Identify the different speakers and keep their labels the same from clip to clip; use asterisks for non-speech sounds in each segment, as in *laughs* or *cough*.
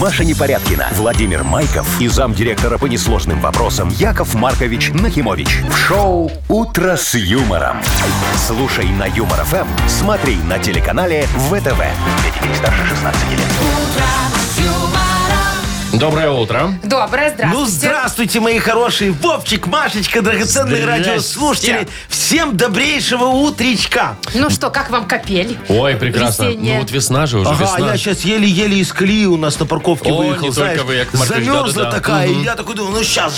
Speaker 1: Маша Непорядкина, Владимир Майков и замдиректора по несложным вопросам Яков Маркович Нахимович. В шоу «Утро с юмором». Слушай на Юмор ФМ, смотри на телеканале ВТВ. Для детей старше 16 лет.
Speaker 2: Доброе утро.
Speaker 3: Доброе, здравствуйте.
Speaker 4: Ну, здравствуйте, мои хорошие. Вовчик, Машечка, драгоценные
Speaker 2: Здрасте.
Speaker 4: радиослушатели. Всем добрейшего утречка.
Speaker 3: Ну что, как вам капель?
Speaker 2: Ой, прекрасно.
Speaker 3: Весенняя.
Speaker 2: Ну вот весна же уже,
Speaker 4: ага,
Speaker 2: весна.
Speaker 4: я сейчас еле-еле из колеи у нас на парковке
Speaker 2: О,
Speaker 4: выехал,
Speaker 2: не только
Speaker 4: знаешь.
Speaker 2: вы, Яков Маркович,
Speaker 4: Замерзла
Speaker 2: да-да-да.
Speaker 4: такая,
Speaker 2: Мгм.
Speaker 4: и я такой думаю, ну сейчас,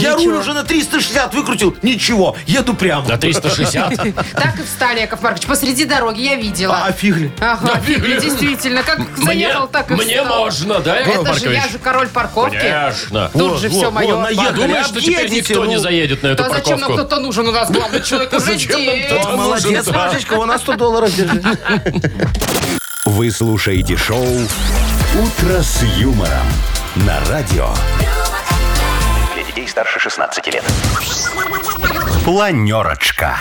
Speaker 4: я руль уже на 360 выкрутил, ничего, еду прямо.
Speaker 2: На
Speaker 3: *laughs*
Speaker 2: 360.
Speaker 3: Так и встали, Яков Маркович, посреди дороги, я видела.
Speaker 4: А, а фиг ли?
Speaker 3: Ага, офигеть, действительно, как заехал, так и
Speaker 2: мне
Speaker 3: встал.
Speaker 2: можно, да, Яков
Speaker 3: Это же
Speaker 2: Маркович?
Speaker 3: я же король парковки.
Speaker 2: Конечно.
Speaker 3: Тут
Speaker 4: Вот,
Speaker 3: же
Speaker 4: вот,
Speaker 3: все
Speaker 4: вот,
Speaker 3: мое.
Speaker 4: наехали.
Speaker 2: Подумаешь,
Speaker 4: Думаешь,
Speaker 2: что теперь
Speaker 4: едете,
Speaker 2: никто
Speaker 4: ну.
Speaker 2: не заедет на эту
Speaker 3: Да зачем нам
Speaker 2: парковку.
Speaker 3: кто-то нужен? У нас главный человек уже
Speaker 2: Зачем нам
Speaker 3: здесь.
Speaker 2: кто-то
Speaker 4: Молодец,
Speaker 2: нужен, да.
Speaker 4: Машечка, у нас 100 долларов держи.
Speaker 1: Вы слушаете шоу «Утро с юмором» на радио. Для детей старше 16 лет. Планерочка.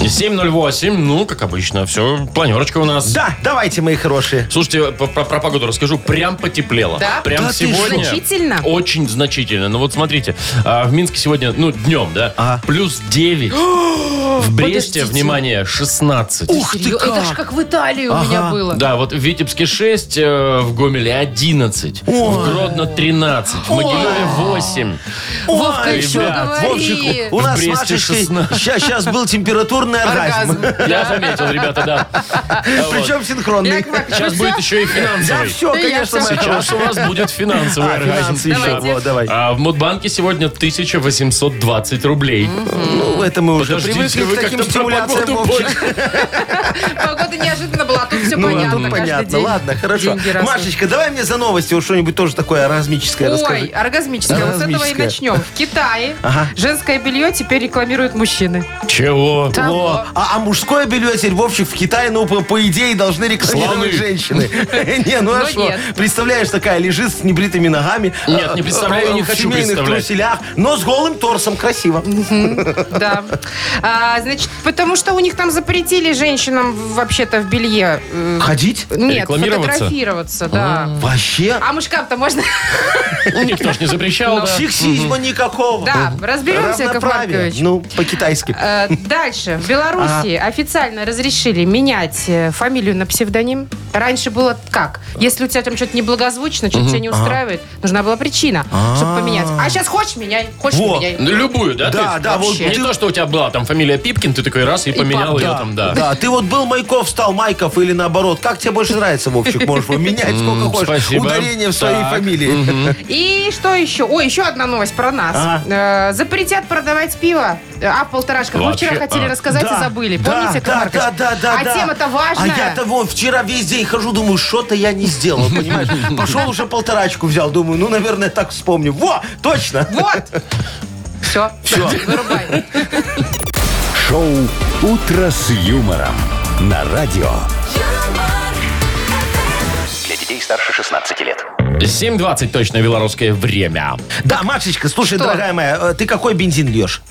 Speaker 2: 7.08, ну, как обычно, все, планерочка у нас.
Speaker 4: Да, давайте, мои хорошие.
Speaker 2: Слушайте, по- про, про погоду расскажу. Прям потеплело.
Speaker 3: Да?
Speaker 2: Прям
Speaker 4: Да ты
Speaker 2: сегодня.
Speaker 3: ж. Значительно?
Speaker 2: Очень значительно. Ну вот смотрите, а, в Минске сегодня, ну, днем, да,
Speaker 4: Ага.
Speaker 2: плюс
Speaker 3: *gasps*
Speaker 2: 9. в Бресте,
Speaker 3: Подождите.
Speaker 2: внимание, 16.
Speaker 4: Ух ты
Speaker 3: Серьё- Это же
Speaker 4: как!
Speaker 3: как в Италии у меня было.
Speaker 2: Да, вот в Витебске 6, э, в Гомеле 11, в Гродно 13, в Могилеве 8.
Speaker 3: Вовка,
Speaker 4: Ой,
Speaker 3: еще
Speaker 2: ребят,
Speaker 3: говори.
Speaker 4: Вовчик, у нас
Speaker 2: В
Speaker 4: с
Speaker 2: Бресте
Speaker 4: Машечкой
Speaker 2: 16.
Speaker 4: сейчас был температурный оргазм.
Speaker 3: Оргазм.
Speaker 2: Я заметил, ребята, да. А вот.
Speaker 4: Причем синхронный.
Speaker 3: Яков Маркович,
Speaker 2: Сейчас
Speaker 3: ну
Speaker 2: будет
Speaker 3: всё?
Speaker 2: еще и финансовый.
Speaker 4: все,
Speaker 3: Да я вся
Speaker 4: конечно, моя
Speaker 2: Сейчас у вас будет финансовый
Speaker 4: А,
Speaker 2: оргазм.
Speaker 4: финансы еще.
Speaker 3: Давайте.
Speaker 4: Вот, давай.
Speaker 2: А в Мудбанке сегодня 1820 рублей.
Speaker 4: Ну, это мы уже
Speaker 2: Подождите,
Speaker 4: привыкли
Speaker 2: вы
Speaker 4: к таким
Speaker 2: как-то про
Speaker 4: стимуляциям,
Speaker 2: погоду
Speaker 4: Вовчик.
Speaker 3: Погода неожиданно была, тут все
Speaker 4: Ну,
Speaker 3: понятно.
Speaker 4: а тут
Speaker 3: каждый
Speaker 4: понятно.
Speaker 3: день
Speaker 4: Ладно, хорошо.
Speaker 3: деньги растут.
Speaker 4: Машечка, давай мне за новости вот что-нибудь тоже такое оргазмическое
Speaker 3: Ой, а
Speaker 4: расскажи.
Speaker 3: оргазмическое. Вот с этого и
Speaker 4: Оргазмическое.
Speaker 3: начнем. В Китае
Speaker 4: Ага.
Speaker 3: женское белье теперь рекламируют мужчины.
Speaker 4: *laughs*
Speaker 2: Чего?
Speaker 3: Того.
Speaker 4: Во. А, а мужское белье теперь, Вовчик, в Китае, ну, по, по идее, должны
Speaker 2: Слоны.
Speaker 4: рекламировать женщины. *laughs* Не, ну а
Speaker 3: Но
Speaker 4: что?
Speaker 3: нет.
Speaker 4: Представляешь, такая лежит с небритыми ногами.
Speaker 2: Нет,
Speaker 4: э,
Speaker 2: не представляю,
Speaker 4: э,
Speaker 2: не
Speaker 4: в
Speaker 2: хочу
Speaker 4: семейных
Speaker 2: представлять.
Speaker 4: труселях, но с голым торсом красиво.
Speaker 3: Ну. Да. А, значит, потому что у них там запретили женщинам в- вообще-то в белье. э,
Speaker 4: Ходить?
Speaker 3: Нет,
Speaker 2: Рекламироваться?
Speaker 3: фотографироваться, да.
Speaker 4: Вообще?
Speaker 3: А мужикам-то можно... *laughs*
Speaker 2: Ну, Никто ж не
Speaker 4: Ну,
Speaker 2: запрещал, да?
Speaker 4: Сексизма никакого.
Speaker 3: Да, разберемся, Яков
Speaker 4: Ну, Равноправие.
Speaker 3: Маркович.
Speaker 4: Ну, по-китайски.
Speaker 3: Э, Дальше. В Беларуси официально разрешили менять э, фамилию на псевдоним. Раньше было как? Если у тебя там что-то неблагозвучно, что-то тебя не устраивает, нужна была причина, чтобы поменять. А сейчас хочешь меняй, хочешь
Speaker 4: Во.
Speaker 3: меняй.
Speaker 2: Ну, любую, да?
Speaker 3: а
Speaker 4: Да,
Speaker 2: ты?
Speaker 4: да, вот
Speaker 2: Вообще. Не
Speaker 4: ты-
Speaker 2: то, что у тебя была там фамилия Пипкин, ты такой раз и поменял
Speaker 3: пап,
Speaker 2: ее там, да.
Speaker 4: Да, ты вот был Майков, стал Майков или наоборот. Как тебе больше нравится,
Speaker 3: *laughs*
Speaker 4: Вовчик? Можешь его менять сколько хочешь.
Speaker 2: спасибо.
Speaker 4: Ударение в своей
Speaker 2: Так,
Speaker 4: фамилии.
Speaker 3: И что еще? Ой, еще одна новость про нас. Э, Запретят продавать пиво. э, А, полторашка. Мы
Speaker 2: Вообще,
Speaker 3: вчера хотели
Speaker 2: а.
Speaker 3: рассказать и
Speaker 4: Да,
Speaker 3: забыли.
Speaker 4: да,
Speaker 3: Помните, Яков
Speaker 4: да,
Speaker 3: Маркович?
Speaker 4: да, да, да,
Speaker 3: А
Speaker 4: да.
Speaker 3: тема-то важная.
Speaker 4: А я-то вон вчера весь день хожу, думаю, что-то я
Speaker 3: *laughs*
Speaker 4: не сделал, понимаешь? Пошел уже полторачку взял, думаю, ну, наверное, так вспомню. Во, точно.
Speaker 3: Вот.
Speaker 4: *laughs*
Speaker 3: Все. Все. Вырубай.
Speaker 1: Шоу «Утро с юмором» на радио.
Speaker 5: Для детей старше 16 лет.
Speaker 2: 7.20 точно белорусское время.
Speaker 4: Да, Машечка, слушай,
Speaker 3: Что?
Speaker 4: дорогая моя, э, ты какой бензин льешь?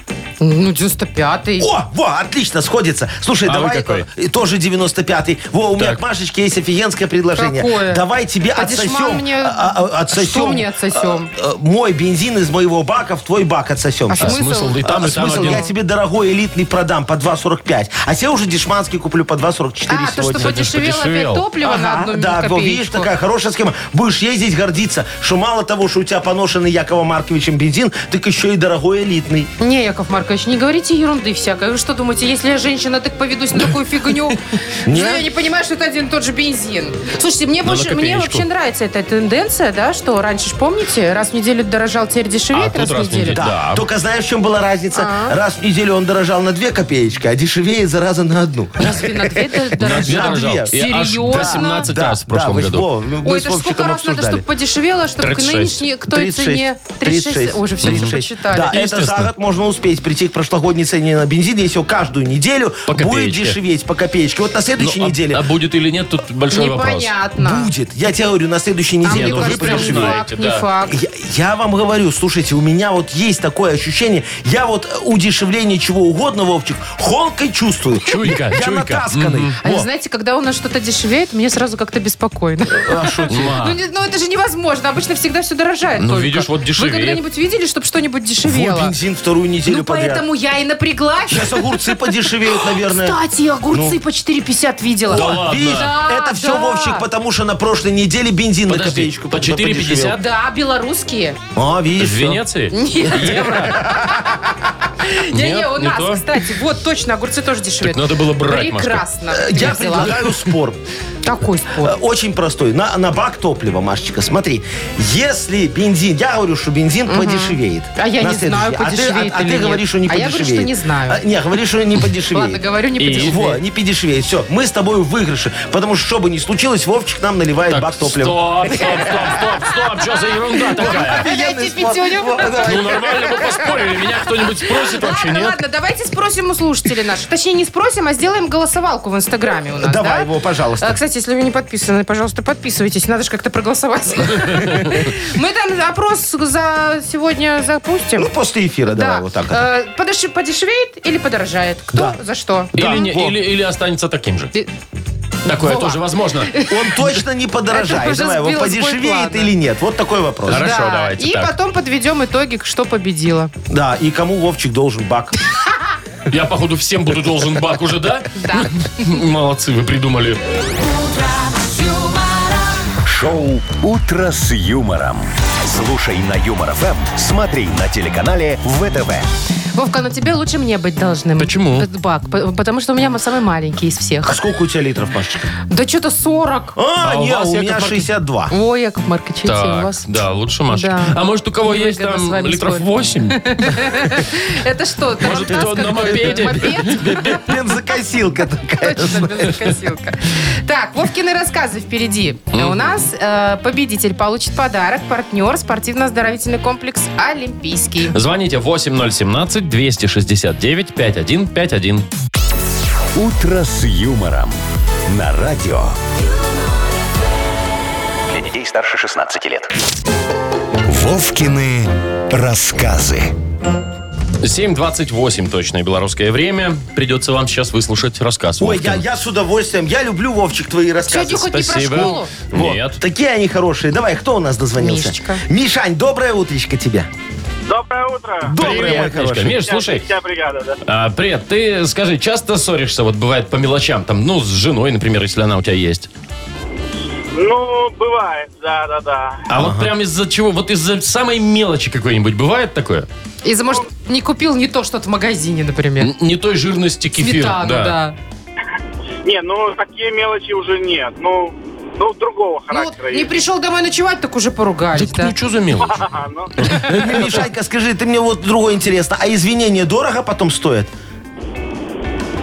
Speaker 3: Ну, 95-й.
Speaker 4: О, во, отлично, сходится. Слушай,
Speaker 2: А вы
Speaker 4: давай...
Speaker 2: какой?
Speaker 4: э, Тоже 95-й. Во, у меня
Speaker 2: Так.
Speaker 4: к Машечке есть офигенское предложение.
Speaker 3: Какое?
Speaker 4: Давай тебе
Speaker 3: Подешман
Speaker 4: отсосем...
Speaker 3: мне-
Speaker 4: а, а, отсосем,
Speaker 3: Что мне отсосем?
Speaker 4: а, а, Мой бензин из моего бака в твой бак отсосем.
Speaker 3: А
Speaker 4: сейчас.
Speaker 3: Смысл?
Speaker 2: и там,
Speaker 4: А
Speaker 2: и там
Speaker 4: смысл,
Speaker 2: один.
Speaker 4: я тебе дорогой элитный продам по 2,45, а тебе уже дешманский куплю по 2,44
Speaker 3: А, то, что
Speaker 4: сегодня.
Speaker 3: подешевело опять
Speaker 2: подешевел.
Speaker 3: топливо на
Speaker 4: Ага,
Speaker 3: одну
Speaker 4: да,
Speaker 3: копеечку.
Speaker 4: вот видишь, такая хорошая схема. Будешь ездить, гордиться, что мало того, что у тебя поношенный Якова Марковичем бензин, так еще и дорогой элитный.
Speaker 3: Не, Яков Маркович, не говорите ерунды всякой. Вы что думаете, если я женщина, так поведусь на
Speaker 2: *laughs*
Speaker 3: такую фигню? Что я не понимаю, что это один и тот же бензин. Слушайте, мне
Speaker 2: Ну, на
Speaker 3: больше, мне
Speaker 2: копеечку.
Speaker 3: вообще нравится эта тенденция, да, что раньше, ж помните, раз в неделю дорожал, теперь
Speaker 2: А
Speaker 3: дешевеет
Speaker 2: тут
Speaker 3: раз в
Speaker 2: раз в
Speaker 3: неделю.
Speaker 2: неделю. Да.
Speaker 4: Только знаешь, в чем была разница?
Speaker 3: А?
Speaker 4: Раз в неделю он дорожал на 2 копеечки, а дешевее, зараза, на одну.
Speaker 3: Разве на две
Speaker 2: На
Speaker 3: дор-
Speaker 2: две
Speaker 3: дорожал?
Speaker 2: дорожал.
Speaker 4: две.
Speaker 2: Я аж
Speaker 3: Серьезно?
Speaker 2: 18
Speaker 4: Да,
Speaker 2: раз в
Speaker 4: да,
Speaker 2: прошлом
Speaker 4: вы ж,
Speaker 2: году.
Speaker 4: во, мы
Speaker 3: Ой,
Speaker 4: с
Speaker 3: это ж
Speaker 4: Вовчиком
Speaker 3: сколько раз надо,
Speaker 4: обсуждали.
Speaker 3: чтобы подешевело, чтобы к
Speaker 2: 36.
Speaker 3: нынешней, к той цене 36, ой, уже все
Speaker 4: 36.
Speaker 3: посчитали.
Speaker 4: Да, это
Speaker 2: Естественно.
Speaker 4: за год можно успеть прийти к прошлогодней цене на бензин, если он каждую неделю
Speaker 2: По
Speaker 4: будет
Speaker 2: копеечке.
Speaker 4: дешеветь по копеечке. Вот на следующей
Speaker 2: Ну, а-
Speaker 4: неделе
Speaker 2: А, будет или нет, тут большой вопрос.
Speaker 3: Непонятно.
Speaker 4: будет. Я тебе говорю, на следующей
Speaker 3: А
Speaker 4: неделе
Speaker 3: мне
Speaker 2: ну, вы
Speaker 4: уже
Speaker 3: кажется, не
Speaker 2: прям
Speaker 4: подешевеет.
Speaker 3: факт,
Speaker 2: знаете,
Speaker 3: не
Speaker 2: да.
Speaker 3: факт.
Speaker 4: Я, я вам говорю, слушайте, у меня вот есть такое ощущение, я вот удешевление чего угодно, Вовчик, холкой чувствую.
Speaker 2: Чуйка,
Speaker 4: Я
Speaker 2: чуйка.
Speaker 4: натасканный.
Speaker 3: А
Speaker 4: Во.
Speaker 3: знаете, когда у нас что-то дешевеет, мне сразу как-то беспокойно.
Speaker 2: Ма.
Speaker 3: Ну, не- ну, это же невозможно. Обычно всегда все дорожает.
Speaker 2: А. Ну,
Speaker 3: только.
Speaker 2: видишь, вот дешевеет.
Speaker 3: Вы когда-нибудь видели, чтобы что-нибудь
Speaker 4: Во,
Speaker 3: дешевело?
Speaker 4: бензин вторую неделю
Speaker 3: Ну,
Speaker 4: подряд.
Speaker 3: поэтому я и напряглась.
Speaker 4: Сейчас огурцы подешевеют, наверное.
Speaker 3: Кстати,
Speaker 2: Ну.
Speaker 3: огурцы по 4,50 видела.
Speaker 2: Да ладно?
Speaker 4: Видишь,
Speaker 3: Да,
Speaker 4: это все,
Speaker 3: да.
Speaker 4: Вовчик, потому что на прошлой неделе бензин на
Speaker 2: Подожди,
Speaker 4: копеечку
Speaker 2: по 4,50?
Speaker 3: Да, белорусские.
Speaker 4: А,
Speaker 2: В
Speaker 4: видишь, всё.
Speaker 2: Венеции?
Speaker 3: Не-не, у
Speaker 2: не то.
Speaker 3: нас, кстати, вот точно, огурцы тоже дешевеют.
Speaker 2: Так надо было брать, Машка.
Speaker 3: Прекрасно.
Speaker 4: Э,
Speaker 3: Я
Speaker 4: Я
Speaker 3: взяла.
Speaker 4: предлагаю спор.
Speaker 3: Такой
Speaker 4: Э,
Speaker 3: спор.
Speaker 4: Очень простой. На, на бак топлива, Машечка, смотри. Если бензин... Я говорю, что бензин подешевеет.
Speaker 3: А я
Speaker 4: На
Speaker 3: не знаю,
Speaker 4: следующий. А ты-
Speaker 3: подешевеет
Speaker 4: А, а
Speaker 3: или
Speaker 4: ты
Speaker 3: нет.
Speaker 4: говоришь, что не
Speaker 3: А я
Speaker 4: подешевеет.
Speaker 3: говорю, что не знаю.
Speaker 4: А, не, говоришь, что не подешевеет.
Speaker 3: Ладно, говорю, не
Speaker 2: Э, И-
Speaker 4: Во,
Speaker 3: подешевеет.
Speaker 4: не подешевеет. Все, мы с тобой в выигрыше. Потому что, что бы ни случилось, Вовчик нам наливает
Speaker 2: Так,
Speaker 4: бак
Speaker 2: стоп,
Speaker 4: топлива.
Speaker 2: стоп, стоп, стоп, стоп, что за ерунда такая?
Speaker 4: Офигенный
Speaker 3: Дайте
Speaker 4: спор.
Speaker 3: пятюню.
Speaker 4: Во, давай.
Speaker 2: Ну нормально, мы поспорили, меня кто-нибудь спросит вообще,
Speaker 3: Ладно,
Speaker 2: нет?
Speaker 3: А, ладно, давайте спросим у слушателей наших. Точнее, не спросим, а сделаем голосовалку в Инстаграме у нас,
Speaker 4: Давай
Speaker 3: да?
Speaker 4: его, пожалуйста.
Speaker 3: А, Кстати, если вы не подписаны, пожалуйста, подписывайтесь. Надо же как-то проголосовать.
Speaker 4: *laughs*
Speaker 3: Мы там опрос за сегодня запустим.
Speaker 4: Ну, после эфира давай вот так.
Speaker 3: *laughs*
Speaker 4: вот.
Speaker 3: Э, подешев- Подешевеет или подорожает? Кто
Speaker 4: Да.
Speaker 3: за что?
Speaker 2: Или, не-
Speaker 4: во.
Speaker 2: или, или останется таким же.
Speaker 3: Ты-
Speaker 2: Такое
Speaker 3: Вова.
Speaker 2: тоже возможно.
Speaker 4: Он точно не
Speaker 3: Это
Speaker 4: подорожает.
Speaker 3: уже
Speaker 4: Давай, его
Speaker 3: сбило с
Speaker 4: подешевеет
Speaker 3: плана.
Speaker 4: или нет? Вот такой вопрос.
Speaker 2: Хорошо.
Speaker 3: Да.
Speaker 2: давайте
Speaker 3: И
Speaker 2: так.
Speaker 3: потом подведем итоги, что победило.
Speaker 4: Да, и кому Вовчик должен бак?
Speaker 2: Я, походу, всем буду должен бак уже, да?
Speaker 3: Да.
Speaker 2: Молодцы, вы придумали.
Speaker 1: Шоу «Утро с юмором». Слушай на Юмор ФМ, смотри на телеканале ВТВ.
Speaker 3: Вовка, но тебе лучше мне быть должным.
Speaker 2: Почему?
Speaker 3: Этот Бак. П- Потому что у меня самый маленький из
Speaker 4: А
Speaker 3: всех.
Speaker 4: сколько у тебя литров, Машечка?
Speaker 3: Да что-то 40.
Speaker 4: А,
Speaker 2: А у
Speaker 4: нет,
Speaker 2: вас,
Speaker 4: у,
Speaker 2: Яков
Speaker 4: меня
Speaker 2: Маркович?
Speaker 4: 62.
Speaker 3: Ой, Яков Маркович, эти у
Speaker 2: Так,
Speaker 3: вас.
Speaker 2: да, лучше Машечка.
Speaker 3: Да.
Speaker 2: А может, у кого
Speaker 3: Невыгодно
Speaker 2: есть
Speaker 3: с
Speaker 2: там
Speaker 3: вами
Speaker 2: литров
Speaker 3: спорить.
Speaker 2: 8?
Speaker 3: Это что,
Speaker 2: Может,
Speaker 3: тарантас
Speaker 2: кто на
Speaker 3: какой-то?
Speaker 2: мопеде?
Speaker 3: Мопед?
Speaker 4: Бензокосилка такая.
Speaker 3: Точно, бензокосилка. Так, Вовкины рассказы впереди. У нас э, победитель получит подарок, партнер, спортивно-оздоровительный комплекс «Олимпийский».
Speaker 2: Звоните 8017-269-5151.
Speaker 1: «Утро с юмором» на радио.
Speaker 5: Для детей старше 16 лет.
Speaker 1: Вовкины рассказы.
Speaker 2: 7.28 точное белорусское время. Придется вам сейчас выслушать рассказ.
Speaker 4: Ой,
Speaker 2: Вовкин.
Speaker 4: я, я с удовольствием. Я люблю, Вовчик, твои рассказы.
Speaker 3: Сегодня хоть не про
Speaker 2: Спасибо.
Speaker 3: школу?
Speaker 4: Вот,
Speaker 2: Нет.
Speaker 4: Такие они хорошие. Давай, кто у нас дозвонился?
Speaker 3: Мишечка.
Speaker 4: Мишань, доброе утречко тебе.
Speaker 6: Доброе утро.
Speaker 4: Доброе, мой
Speaker 2: Привет, Мишка.
Speaker 4: хороший.
Speaker 2: Миш, слушай,
Speaker 6: Вся бригада, да.
Speaker 2: а, привет, ты скажи, часто ссоришься, вот бывает по мелочам, там, ну, с женой, например, если она у тебя есть.
Speaker 6: Ну, бывает, да, да, да.
Speaker 2: А вот прям из-за чего, вот из-за самой мелочи какой-нибудь бывает такое?
Speaker 3: Из-за, может, не купил не то что-то в магазине, например.
Speaker 2: Н- Не той жирности кефир.
Speaker 3: Сметану, да.
Speaker 6: Не, ну, такие мелочи уже нет. Ну, ну другого
Speaker 3: Ну, вот
Speaker 6: характера
Speaker 3: не
Speaker 6: есть.
Speaker 3: пришел домой ночевать, так уже поругались,
Speaker 2: Так,
Speaker 3: да?
Speaker 2: ну, что за мелочь?
Speaker 6: А, ну,
Speaker 2: *laughs*
Speaker 4: Мишанька, скажи, ты мне вот другое интересно. А извинения дорого потом стоят?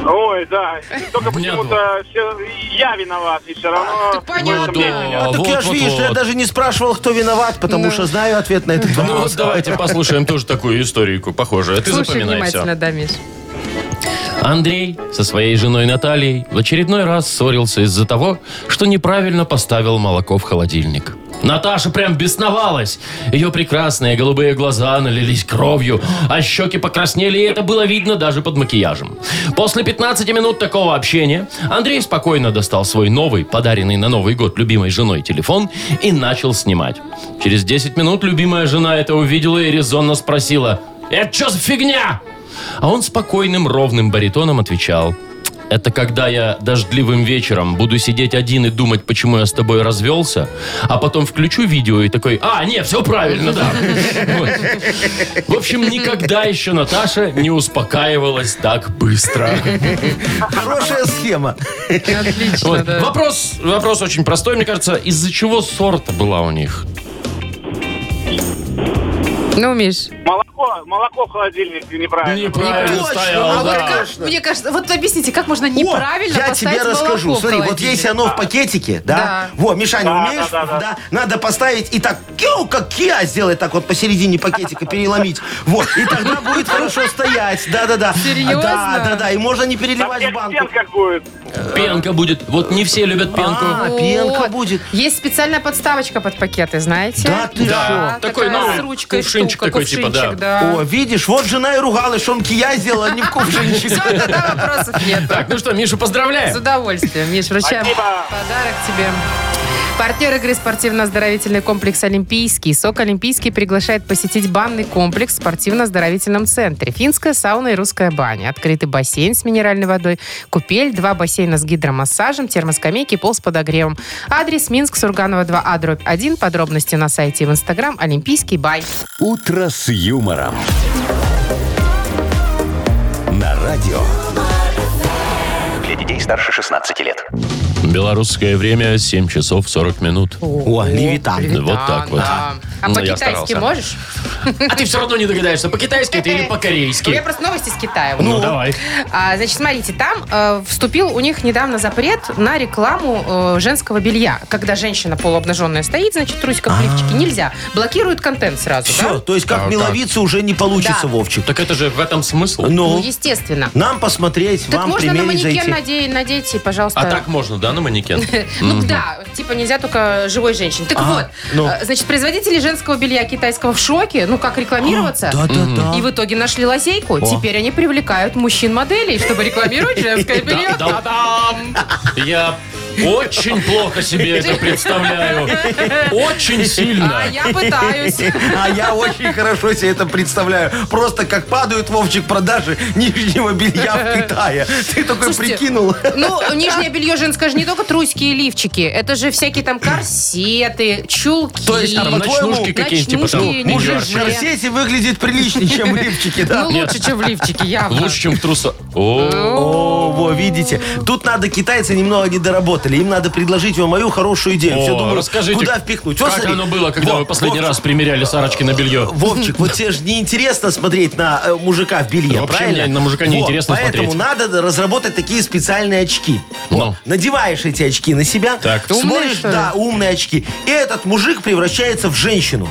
Speaker 6: ой, да. Только
Speaker 2: Понятно.
Speaker 6: почему-то все, я виноват, и все равно...
Speaker 3: так понятно.
Speaker 6: вы там-
Speaker 2: Да. А
Speaker 4: так я
Speaker 2: вот,
Speaker 4: ж,
Speaker 2: вот,
Speaker 4: видишь, я
Speaker 2: вот.
Speaker 4: даже не спрашивал, кто виноват, потому
Speaker 3: Ну.
Speaker 4: что знаю ответ на этот
Speaker 2: Ну
Speaker 4: вопрос.
Speaker 2: вот давайте послушаем тоже такую историку, похожую. А Ты
Speaker 3: Слушай
Speaker 2: запоминай все.
Speaker 3: внимательно, да, Миш.
Speaker 2: Андрей со своей женой Натальей в очередной раз ссорился из-за того, что неправильно поставил молоко в холодильник. Наташа прям бесновалась. Ее прекрасные голубые глаза налились кровью, а щеки покраснели, и это было видно даже под макияжем. После 15 минут такого общения Андрей спокойно достал свой новый, подаренный на Новый год любимой женой телефон и начал снимать. Через 10 минут любимая жена это увидела и резонно спросила «Это что за фигня?» А он спокойным, ровным баритоном отвечал. Это когда я дождливым вечером буду сидеть один и думать, почему я с тобой развелся, а потом включу видео и такой, а, не, все правильно, да. Вот. В общем, никогда еще Наташа не успокаивалась так быстро.
Speaker 4: Хорошая схема.
Speaker 3: Отлично,
Speaker 2: Вот.
Speaker 3: да.
Speaker 2: Вопрос, вопрос очень простой, мне кажется, из-за чего сорта была у них?
Speaker 3: Ну, Миш,
Speaker 6: Молоко молоко, молоко в холодильнике неправильно.
Speaker 2: Неправильно
Speaker 4: Точно,
Speaker 2: стоял,
Speaker 4: а
Speaker 3: Вот
Speaker 2: да.
Speaker 3: как- мне кажется, вот объясните, как можно *laughs* неправильно
Speaker 4: О, я
Speaker 3: поставить
Speaker 4: тебе расскажу.
Speaker 3: молоко в
Speaker 4: Смотри, вот
Speaker 3: холодильник?
Speaker 4: если оно в пакетике, да?
Speaker 3: Да.
Speaker 4: Во, Мишаня,
Speaker 6: Да,
Speaker 4: умеешь?
Speaker 6: да, да, да.
Speaker 4: Надо поставить и так, кю, как киа сделать так вот посередине пакетика, переломить. Вот, и тогда будет хорошо стоять. Да-да-да.
Speaker 3: Серьезно?
Speaker 4: Да, да, да. И можно не
Speaker 6: Там
Speaker 4: переливать в
Speaker 6: всех
Speaker 4: банку.
Speaker 6: стен как будет.
Speaker 2: Пенка будет. Вот не все любят пенку.
Speaker 4: А, пенка
Speaker 3: Вот.
Speaker 4: будет.
Speaker 3: Есть специальная подставочка под пакеты, знаете?
Speaker 4: Да ты
Speaker 3: Да,
Speaker 2: Такой,
Speaker 3: такая
Speaker 2: ну,
Speaker 3: с ручкой
Speaker 2: кувшинчик
Speaker 3: штука,
Speaker 2: такой, типа,
Speaker 3: кувшинчик,
Speaker 4: О,
Speaker 3: да.
Speaker 4: видишь, вот жена и ругалась, что он кия сделал, а не в кувшинчик.
Speaker 3: Все, тогда вопросов нет.
Speaker 2: Так, ну что, Миша,
Speaker 3: С
Speaker 2: поздравляем.
Speaker 3: удовольствием. Миш, вручаем
Speaker 2: А
Speaker 6: Спасибо.
Speaker 3: подарок тебе. Партнер игры спортивно-оздоровительный комплекс «Олимпийский». СОК «Олимпийский» приглашает посетить банный комплекс в спортивно-оздоровительном центре. Финская сауна и русская баня. Открытый бассейн с минеральной водой, купель, два бассейна с гидромассажем, термоскамейки, пол с подогревом. Адрес Минск, Сурганова 2А, дробь 1. Подробности на сайте и в Инстаграм «Олимпийский бай».
Speaker 1: «Утро с юмором». На радио.
Speaker 5: Для детей старше 16 лет.
Speaker 2: Белорусское время 7 часов 40 минут.
Speaker 4: О, левитан.
Speaker 2: Вот так вот.
Speaker 3: да. А
Speaker 2: Ну, я
Speaker 3: по-китайски
Speaker 2: старался.
Speaker 3: можешь?
Speaker 2: А ты все равно не догадаешься, по-китайски это или по-корейски.
Speaker 3: У меня просто новости с Китая.
Speaker 2: Ну, давай.
Speaker 3: А, значит, смотрите, там э, вступил у них недавно запрет на рекламу э, женского белья. Когда женщина полуобнаженная стоит, значит, в трусиках, в лифчике. Нельзя. Блокируют контент сразу,
Speaker 4: Все,
Speaker 3: да?
Speaker 4: А. то есть как
Speaker 2: Так,
Speaker 4: миловица уже не получится,
Speaker 3: Да.
Speaker 4: Вовчик.
Speaker 2: Так это же в этом смысл.
Speaker 3: Ну,
Speaker 4: Ну,
Speaker 3: естественно.
Speaker 4: нам посмотреть,
Speaker 3: Так
Speaker 4: вам
Speaker 3: можно на
Speaker 4: примерить
Speaker 3: манекен
Speaker 4: зайти.
Speaker 3: наде- надеть, и, пожалуйста.
Speaker 2: А
Speaker 3: *laughs*
Speaker 2: так можно, да, на манекен?
Speaker 3: Ну да, типа нельзя только живой женщине. Так
Speaker 4: А,
Speaker 3: вот,
Speaker 4: ну.
Speaker 3: э, значит, производители женского белья китайского в шоке, ну как рекламироваться?
Speaker 4: Да-да-да.
Speaker 3: И в итоге нашли лазейку. Теперь они привлекают мужчин-моделей, чтобы
Speaker 4: *laughs*
Speaker 3: рекламировать женское белье.
Speaker 2: Да, да, дам. Я очень плохо себе это представляю. Очень
Speaker 3: А
Speaker 2: сильно.
Speaker 3: я пытаюсь.
Speaker 4: *laughs* А я очень хорошо себе это представляю. Просто как падают, Вовчик, продажи нижнего белья в
Speaker 3: *laughs*
Speaker 4: Китае. Ты такой
Speaker 3: Слушайте,
Speaker 4: прикинул.
Speaker 3: Ну, нижнее белье женское же не только трусики и лифчики. Это же всякие там корсеты, чулки.
Speaker 4: То есть, а
Speaker 2: Там
Speaker 4: по-твоему,
Speaker 2: ночнушки какие-нибудь типа того.
Speaker 3: ночнушки,
Speaker 2: Ну,
Speaker 3: нижнее
Speaker 4: Мужик
Speaker 2: ярко.
Speaker 4: в
Speaker 3: белье.
Speaker 4: корсете выглядит приличнее, чем в лифчике, да?
Speaker 3: Ну, лучше, чем в лифчике, явно.
Speaker 2: Лучше, чем в трусах.
Speaker 3: Ну.
Speaker 2: О,
Speaker 4: О, во, видите, тут надо, китайцы немного не доработали. Им надо предложить вам мою хорошую идею.
Speaker 2: о,
Speaker 4: Все думаю,
Speaker 2: расскажите,
Speaker 4: куда впихнуть? Вот
Speaker 2: как
Speaker 4: смотри.
Speaker 2: оно было, когда
Speaker 4: Во,
Speaker 2: вы последний
Speaker 4: Вовчик,
Speaker 2: раз примеряли Сарочки на белье?
Speaker 4: Вовчик, вот тебе же неинтересно смотреть на э, мужика в белье,
Speaker 2: Да вообще
Speaker 4: правильно?
Speaker 2: мне на мужика
Speaker 4: Вот,
Speaker 2: неинтересно
Speaker 4: Поэтому
Speaker 2: смотреть.
Speaker 4: надо разработать такие специальные очки.
Speaker 2: Ну.
Speaker 4: Вот, Надеваешь эти очки на себя,
Speaker 2: Так.
Speaker 4: смотришь,
Speaker 3: Умные, что ли?
Speaker 4: да, умные очки, и этот мужик превращается в женщину.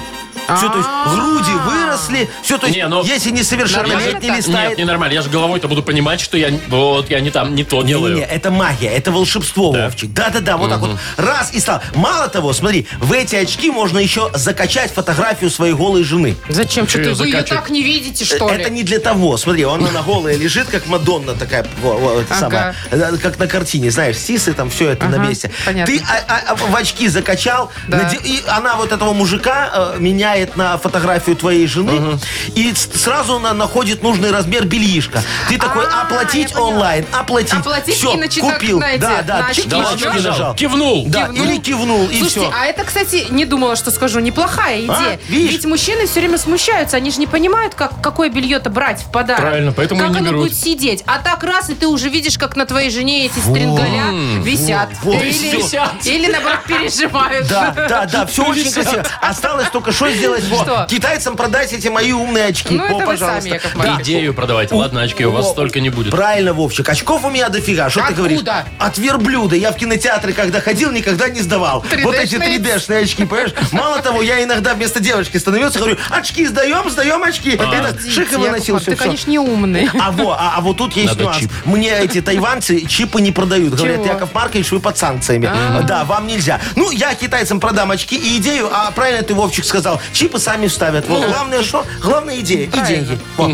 Speaker 4: Все, то есть
Speaker 3: А.
Speaker 4: груди выросли, все, то есть
Speaker 2: Не, ну,
Speaker 4: если
Speaker 3: нормально
Speaker 4: несовершеннолетний
Speaker 3: так?
Speaker 2: Нет,
Speaker 4: листает...
Speaker 2: не нормально. Я же головой-то буду понимать, что я вот я не там, не то
Speaker 4: Не, не,
Speaker 2: делаю.
Speaker 4: это магия, это волшебство, Вовчик. Да-да-да, вот так вот. Раз и стал. Мало того, смотри, в эти очки можно еще закачать фотографию своей голой жены.
Speaker 3: Зачем? Что
Speaker 2: Чё
Speaker 3: ты,
Speaker 2: её
Speaker 3: вы ее
Speaker 2: закачивать?
Speaker 3: так не видите, что
Speaker 4: Э, Это
Speaker 3: ли?
Speaker 4: не для того. Смотри, она на голая лежит, как Мадонна такая, во- во, это
Speaker 3: Ага.
Speaker 4: самая, э, как на картине, знаешь, сисы там, все это на
Speaker 3: Ага,
Speaker 4: месте.
Speaker 3: понятно.
Speaker 4: Ты а- а- а, в очки закачал,
Speaker 3: Да.
Speaker 4: наде- и она вот этого мужика э, меняет на фотографию твоей жены, и с- сразу она находит нужный размер бельишка. Ты такой,
Speaker 3: А,
Speaker 4: оплатить
Speaker 3: я поняла.
Speaker 4: онлайн, оплатить.
Speaker 3: Оплатить
Speaker 4: Всё,
Speaker 3: и начи- так,
Speaker 4: купил.
Speaker 3: знаете,
Speaker 4: Да, да,
Speaker 3: на
Speaker 4: чик,
Speaker 3: очки
Speaker 2: Да ладно,
Speaker 4: нажал,
Speaker 2: не
Speaker 3: нажал.
Speaker 2: нажал. Кивнул.
Speaker 4: Да, или кивнул, и
Speaker 3: Слушайте,
Speaker 4: все.
Speaker 3: а это, кстати, не думала, что скажу, неплохая идея.
Speaker 4: видишь?
Speaker 3: Ведь мужчины все время смущаются, они же не понимают, как, какое белье-то брать в подарок.
Speaker 2: Правильно, поэтому
Speaker 3: как
Speaker 2: и не
Speaker 3: оно
Speaker 2: берут.
Speaker 3: будет сидеть. А так раз, и ты уже видишь, как на твоей жене эти стрингаля висят.
Speaker 4: вот,
Speaker 3: или,
Speaker 2: висят.
Speaker 3: или,
Speaker 2: *laughs*
Speaker 3: наоборот, переживают.
Speaker 4: Да, да, да, все очень красиво. Осталось только что сделать. Вот,
Speaker 3: Что?
Speaker 4: Китайцам продать эти мои умные очки.
Speaker 3: Ну, это
Speaker 4: Во,
Speaker 3: вы
Speaker 4: пожалуйста.
Speaker 3: сами, Яков
Speaker 4: Да.
Speaker 3: Маркович.
Speaker 2: Идею продавать. Ладно, очки у вас
Speaker 4: Во,
Speaker 2: столько не будет.
Speaker 4: Правильно, Вовчик. Очков у меня дофига. Что ты
Speaker 3: Откуда?
Speaker 4: говоришь? От верблюда. Я в кинотеатры, когда ходил, никогда не сдавал.
Speaker 3: 3D-шные.
Speaker 4: Вот эти 3D-шные очки, понимаешь? Мало того, я иногда вместо девочки становился, говорю, очки сдаем, сдаем очки. Это
Speaker 3: Подождите,
Speaker 4: Шик и
Speaker 3: Яков
Speaker 4: выносил
Speaker 3: Маркович,
Speaker 4: все.
Speaker 3: Ты, конечно, не умный.
Speaker 4: А, во, а, а вот тут есть
Speaker 2: Надо
Speaker 4: нюанс.
Speaker 2: чип.
Speaker 4: Мне эти тайванцы чипы не продают. Говорят,
Speaker 3: Чего? А.
Speaker 4: Яков Маркович, вы под санкциями. Э, Да, вам нельзя. Ну, я китайцам продам очки и идею, а правильно ты, Вовчик, сказал, чипы сами вставят. Вот главное что? Главная идея и деньги. Вот.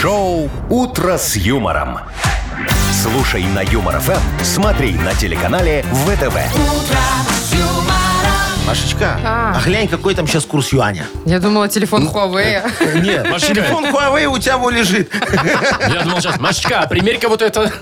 Speaker 1: Шоу «Утро с юмором». Слушай на Юмор ФМ, смотри на телеканале ВТВ.
Speaker 4: Машечка,
Speaker 3: А.
Speaker 4: а глянь, какой там сейчас курс юаня.
Speaker 3: Я думала, телефон Huawei.
Speaker 4: *laughs* Нет,
Speaker 2: Машечка.
Speaker 4: телефон Huawei у тебя вот лежит.
Speaker 2: Я думал сейчас, Машечка, а примерь-ка вот
Speaker 4: *laughs*
Speaker 2: это.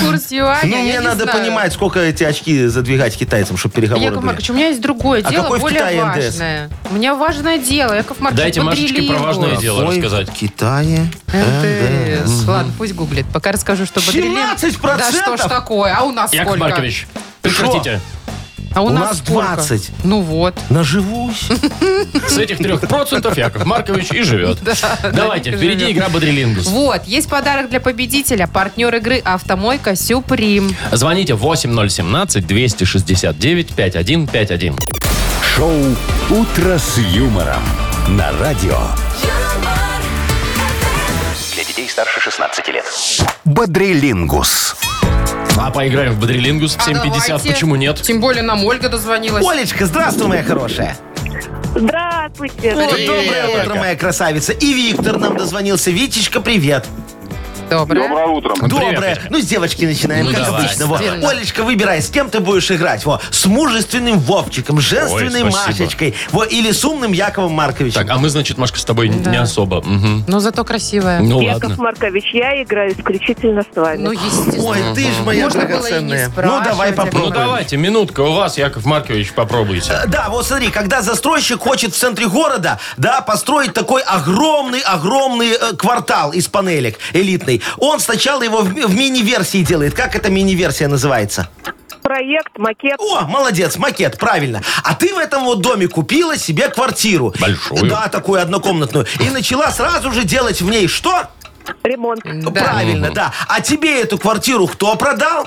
Speaker 3: Курс юаня,
Speaker 4: Ну,
Speaker 3: А я
Speaker 4: мне
Speaker 3: не
Speaker 4: надо
Speaker 3: знаю.
Speaker 4: понимать, сколько эти очки задвигать китайцам, чтобы переговоры
Speaker 3: Яков
Speaker 4: были.
Speaker 3: Маркович, у меня есть другое
Speaker 4: А
Speaker 3: дело,
Speaker 4: какой в
Speaker 3: более
Speaker 4: Китае НДС?
Speaker 3: важное. У меня важное дело, Яков Маркович,
Speaker 2: Дайте Машечке про
Speaker 3: бодрилингу.
Speaker 2: важное дело
Speaker 4: Ой,
Speaker 2: рассказать.
Speaker 4: в Китае.
Speaker 3: Э? НДС. Ладно, пусть гуглит. Пока расскажу, что бодрилинг...
Speaker 4: 17%?
Speaker 3: Да что ж такое, а у нас
Speaker 2: Яков
Speaker 3: сколько?
Speaker 2: Маркович, прекратите.
Speaker 3: А у,
Speaker 4: У
Speaker 3: нас
Speaker 4: нас
Speaker 3: сколько?
Speaker 4: 20.
Speaker 3: Ну вот.
Speaker 4: Наживусь.
Speaker 2: С этих трех процентов Яков Маркович и живет.
Speaker 3: *laughs*
Speaker 2: Давайте,
Speaker 3: так и
Speaker 2: впереди
Speaker 3: живет.
Speaker 2: игра Бодрилингус.
Speaker 3: Вот, есть подарок для победителя. Партнер игры «Автомойка Сюприм».
Speaker 2: Звоните 8017-269-5151.
Speaker 1: Шоу «Утро с юмором» на радио
Speaker 7: юмор,
Speaker 5: Для детей старше 16 лет.
Speaker 1: «Бодрилингус».
Speaker 2: А поиграем в Бодрилингус в
Speaker 3: А
Speaker 2: 7.50.
Speaker 3: давайте.
Speaker 2: Почему нет?
Speaker 3: Тем более нам Ольга дозвонилась.
Speaker 4: Олечка, здравствуй, моя хорошая.
Speaker 8: Здравствуйте.
Speaker 3: Привет.
Speaker 4: Доброе утро, моя красавица. И Виктор нам дозвонился. Витечка, привет.
Speaker 3: Доброе.
Speaker 6: Доброе утро.
Speaker 2: Привет,
Speaker 4: Доброе.
Speaker 2: Витя.
Speaker 4: Ну, с девочки начинаем,
Speaker 2: Ну,
Speaker 4: как
Speaker 2: давай.
Speaker 4: обычно. Во.
Speaker 3: Естественно.
Speaker 4: Олечка, выбирай, с кем ты будешь играть. Во. С мужественным Вовчиком, с женственной
Speaker 2: Ой, спасибо.
Speaker 4: Машечкой. Во. Или с умным Яковом Марковичем.
Speaker 2: Так, а мы, значит, Машка, с тобой не
Speaker 3: Да.
Speaker 2: особо. Мгм.
Speaker 3: Но зато красивая.
Speaker 2: Ну
Speaker 8: Яков
Speaker 2: ладно.
Speaker 8: Маркович, я играю исключительно с вами.
Speaker 3: Ну, естественно.
Speaker 4: Ой, ты ж моя
Speaker 3: Можно было и не
Speaker 4: драгоценная. Ну,
Speaker 3: спрашивать,
Speaker 4: давай
Speaker 3: Яков
Speaker 2: Ну
Speaker 4: попробуем.
Speaker 2: давайте, минутка у вас, Яков Маркович, попробуйте.
Speaker 4: Э, Да, вот смотри, когда застройщик хочет в центре города, да, построить такой огромный-огромный э, квартал из панелек элитный, он сначала его в, ми- в мини-версии делает. Как эта мини-версия называется?
Speaker 8: Проект, макет.
Speaker 4: О, молодец, макет, правильно. А ты в этом вот доме купила себе квартиру.
Speaker 2: Большую.
Speaker 4: Да, такую однокомнатную. И начала сразу же делать в ней что?
Speaker 8: Ремонт.
Speaker 2: ну,
Speaker 3: Да.
Speaker 4: Правильно, да. А тебе эту квартиру кто продал?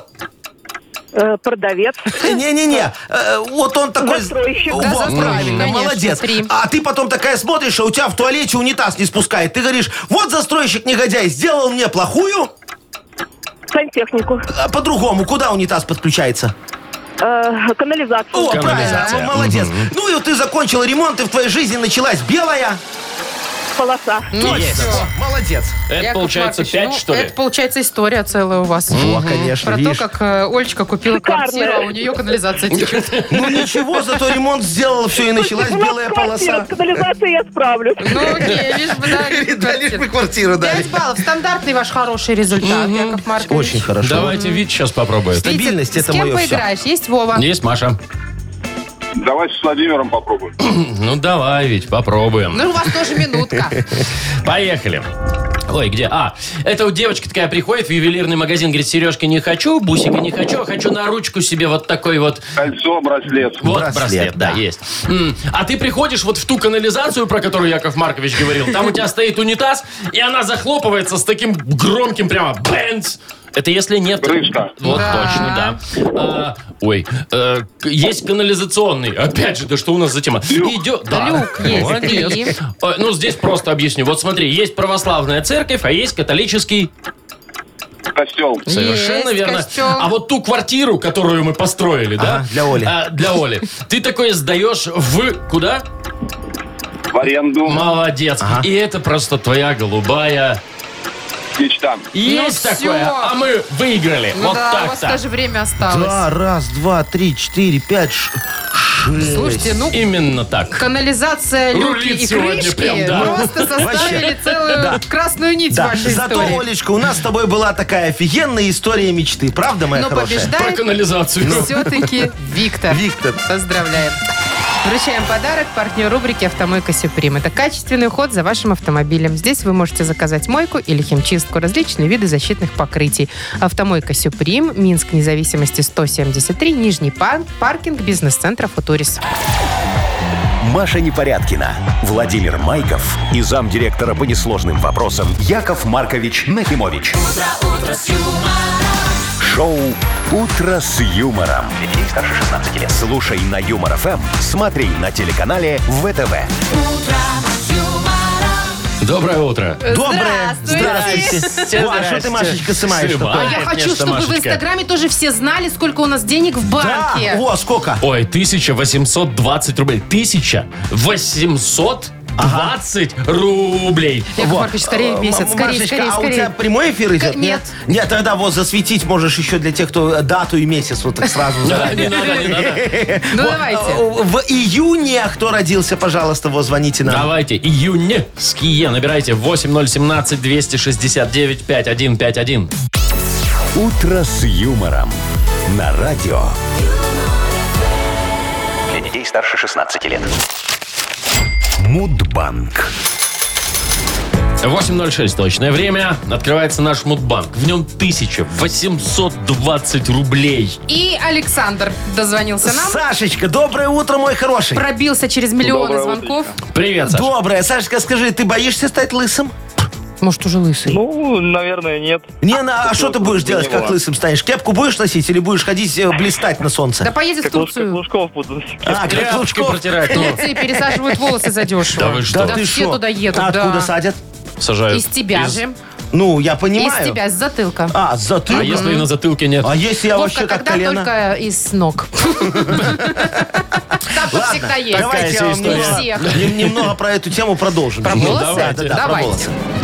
Speaker 8: Э, продавец.
Speaker 4: Не-не-не, э, вот он такой...
Speaker 8: Застройщик.
Speaker 4: Во,
Speaker 3: Да, застройщик,
Speaker 4: правильно,
Speaker 3: конечно,
Speaker 4: молодец.
Speaker 3: три.
Speaker 4: А ты потом такая смотришь, а у тебя в туалете унитаз не спускает. Ты говоришь, вот застройщик-негодяй сделал мне плохую,
Speaker 8: Сантехнику.
Speaker 4: а по-другому, куда унитаз подключается?
Speaker 8: Э, канализацию.
Speaker 4: О,
Speaker 2: Канализация.
Speaker 4: правильно, во, молодец. Ну и вот ты закончил ремонт, и в твоей жизни началась белая.
Speaker 8: Полоса.
Speaker 2: Есть.
Speaker 4: Во, молодец.
Speaker 2: Это
Speaker 3: Ну, Яков
Speaker 2: получается
Speaker 3: Маркович,
Speaker 2: 5,
Speaker 3: ну,
Speaker 2: что ли?
Speaker 3: Это получается история целая у вас.
Speaker 4: Во, конечно,
Speaker 3: Про
Speaker 4: видишь.
Speaker 3: то, как э, Олечка купила
Speaker 8: Шикарная.
Speaker 3: квартиру, а у нее канализация
Speaker 4: *laughs*
Speaker 3: течет.
Speaker 4: Ну ничего, зато ремонт сделал, все, и началась белая полоса.
Speaker 8: С канализацией я справлюсь.
Speaker 3: Ну окей, лишь бы
Speaker 4: Да, лишь бы
Speaker 3: да.
Speaker 4: квартиру дали.
Speaker 3: 5 баллов. Стандартный ваш хороший результат, Яков Маркович.
Speaker 4: Очень хорошо.
Speaker 2: Давайте Вит сейчас попробует.
Speaker 3: Видите,
Speaker 4: Стабильность это
Speaker 3: С кем
Speaker 4: моё всё.
Speaker 3: поиграешь? Есть Вова.
Speaker 2: Есть Маша.
Speaker 6: Давайте с Владимиром попробуем.
Speaker 2: *clears throat* Ну давай, Вить, попробуем.
Speaker 3: Ну, у вас тоже минутка.
Speaker 4: *laughs*
Speaker 2: Поехали. Ой, где? А, это у девочки такая приходит в ювелирный магазин, говорит, Сережка, не хочу, бусика не хочу, а хочу на ручку себе вот такой вот
Speaker 6: Кольцо, браслет.
Speaker 2: Вот
Speaker 4: Браслет,
Speaker 2: браслет, да,
Speaker 4: да.
Speaker 2: есть. М, А ты приходишь вот в ту канализацию, про которую Яков Маркович говорил. Там у тебя стоит унитаз, и она захлопывается с таким громким прямо бэнц. Это если нет...
Speaker 6: Крышка.
Speaker 2: Вот
Speaker 3: Да.
Speaker 2: точно, да. А, ой, э, к- есть канализационный. Опять же, да что у нас за тема? Идет, да.
Speaker 3: Люк есть.
Speaker 2: Молодец.
Speaker 3: И?
Speaker 2: Э, Ну, здесь просто объясню. Вот смотри, есть православная церковь, а есть католический
Speaker 6: Костел.
Speaker 2: Совершенно
Speaker 3: Есть
Speaker 2: верно.
Speaker 3: костёл.
Speaker 2: А вот ту квартиру, которую мы построили, да?
Speaker 4: Ага, для Оли.
Speaker 2: а, для Оли. Ты такое сдаешь в куда?
Speaker 6: В аренду.
Speaker 2: Молодец. И это просто твоя голубая.
Speaker 6: Мечта.
Speaker 2: Есть
Speaker 3: Ну всё.
Speaker 2: такое. А мы выиграли.
Speaker 3: Ну
Speaker 2: вот
Speaker 3: да, у вас
Speaker 2: так-то.
Speaker 3: даже время осталось.
Speaker 4: Да, раз, два, три, четыре, пять, ш- шесть.
Speaker 3: Слушайте, ну
Speaker 2: Именно так.
Speaker 3: канализация, люки
Speaker 2: Рулит
Speaker 3: и
Speaker 2: сегодня
Speaker 3: крышки
Speaker 2: прям, да.
Speaker 3: просто составили
Speaker 4: Вообще.
Speaker 3: целую
Speaker 4: Да.
Speaker 3: красную нить
Speaker 4: Да,
Speaker 3: вашей
Speaker 4: зато,
Speaker 3: истории.
Speaker 4: Олечка, у нас с тобой была такая офигенная история мечты. Правда, моя
Speaker 3: Но
Speaker 4: хорошая? Ну.
Speaker 2: Про
Speaker 3: *laughs* побеждает
Speaker 2: канализацию.
Speaker 3: Ну все-таки Виктор.
Speaker 4: Виктор.
Speaker 3: Поздравляем. Вручаем подарок партнеру рубрики «Автомойка Сюприм». Это качественный уход за вашим автомобилем. Здесь вы можете заказать мойку или химчистку, различные виды защитных покрытий. «Автомойка Сюприм», Минск, независимости 173, Нижний пар- паркинг, бизнес-центр «Футурис».
Speaker 1: Маша Непорядкина, Владимир Майков и замдиректора по несложным вопросам Яков Маркович Нахимович. Шоу Утро с юмором.
Speaker 5: Для детей старше 16 лет.
Speaker 1: Слушай на юмор ФМ, смотри на телеканале ВТВ.
Speaker 2: Доброе утро.
Speaker 4: Доброе.
Speaker 3: Э, Здравствуйте.
Speaker 4: Здравствуйте. Во, а что ты, Машечка, снимаешь?
Speaker 2: Снимаю,
Speaker 4: такое?
Speaker 3: А я хочу,
Speaker 2: конечно,
Speaker 3: чтобы в
Speaker 2: Машечка.
Speaker 3: Инстаграме тоже все знали, сколько у нас денег в
Speaker 4: Да,
Speaker 3: банке.
Speaker 4: А, во, сколько?
Speaker 2: Ой, 1820 рублей. 1820 рублей.
Speaker 3: Яков
Speaker 4: Во.
Speaker 3: Маркович, скорее
Speaker 4: Э,
Speaker 3: месяц,
Speaker 4: М-
Speaker 3: скорее,
Speaker 4: Машечка,
Speaker 3: скорее,
Speaker 4: а у
Speaker 3: скорее.
Speaker 4: тебя прямой эфир идет?
Speaker 3: нет.
Speaker 4: Нет, тогда вот засветить можешь еще для тех, кто э, дату и месяц вот так сразу
Speaker 3: *laughs*
Speaker 2: Не
Speaker 4: заранее.
Speaker 2: надо, не надо.
Speaker 3: Ну
Speaker 4: Э,
Speaker 3: давайте.
Speaker 4: В июне, кто родился, пожалуйста, вот звоните нам.
Speaker 2: Давайте, июньские, набирайте 8017-269-5151.
Speaker 1: Утро с юмором. На радио.
Speaker 5: Для детей старше 16 лет.
Speaker 1: Мудбанк.
Speaker 2: 8.06 точное время. Открывается наш Мудбанк. В нем 1820 рублей.
Speaker 3: И Александр дозвонился нам.
Speaker 4: Сашечка, доброе утро, мой хороший.
Speaker 3: Пробился через миллионы
Speaker 6: Доброе
Speaker 3: звонков.
Speaker 2: Привет, Саш.
Speaker 4: Доброе. Сашечка, скажи, ты боишься стать лысым?
Speaker 3: Может, уже лысый.
Speaker 7: Ну, наверное, нет.
Speaker 4: Не, на, а что ты будешь
Speaker 7: не
Speaker 4: делать, как
Speaker 7: было.
Speaker 4: лысым станешь? Кепку будешь носить или будешь ходить э, блистать на солнце?
Speaker 3: Да поедет в
Speaker 7: Как лужка-
Speaker 3: Турцию.
Speaker 7: Лужков буду.
Speaker 4: А, как
Speaker 2: Тряпки
Speaker 4: Лужков.
Speaker 2: протирать.
Speaker 3: В
Speaker 2: Ну,
Speaker 3: Турции пересаживают волосы задешево.
Speaker 2: Да вы что?
Speaker 3: Да
Speaker 4: ты
Speaker 3: все
Speaker 4: шо?
Speaker 3: туда едут,
Speaker 4: А
Speaker 3: да.
Speaker 4: откуда садят?
Speaker 2: сажают.
Speaker 3: Из тебя же.
Speaker 4: Ну, я
Speaker 3: Из
Speaker 4: э, понимаю.
Speaker 3: тебя, с затылка.
Speaker 4: А, за ты.
Speaker 2: А если и на затылке нет?
Speaker 4: А если я
Speaker 3: Вовка,
Speaker 4: вообще как
Speaker 3: тогда
Speaker 4: колено?
Speaker 3: только из
Speaker 4: *laughs*
Speaker 3: ног. Там тут всегда есть.
Speaker 4: Давайте я
Speaker 2: себе
Speaker 4: вам
Speaker 2: история.
Speaker 4: немного-
Speaker 3: Всех.
Speaker 4: нем- немного про эту тему продолжим.
Speaker 3: Про
Speaker 2: Ну,
Speaker 3: волосы?
Speaker 2: давайте,
Speaker 4: да, про
Speaker 3: Давайте.
Speaker 4: волосы.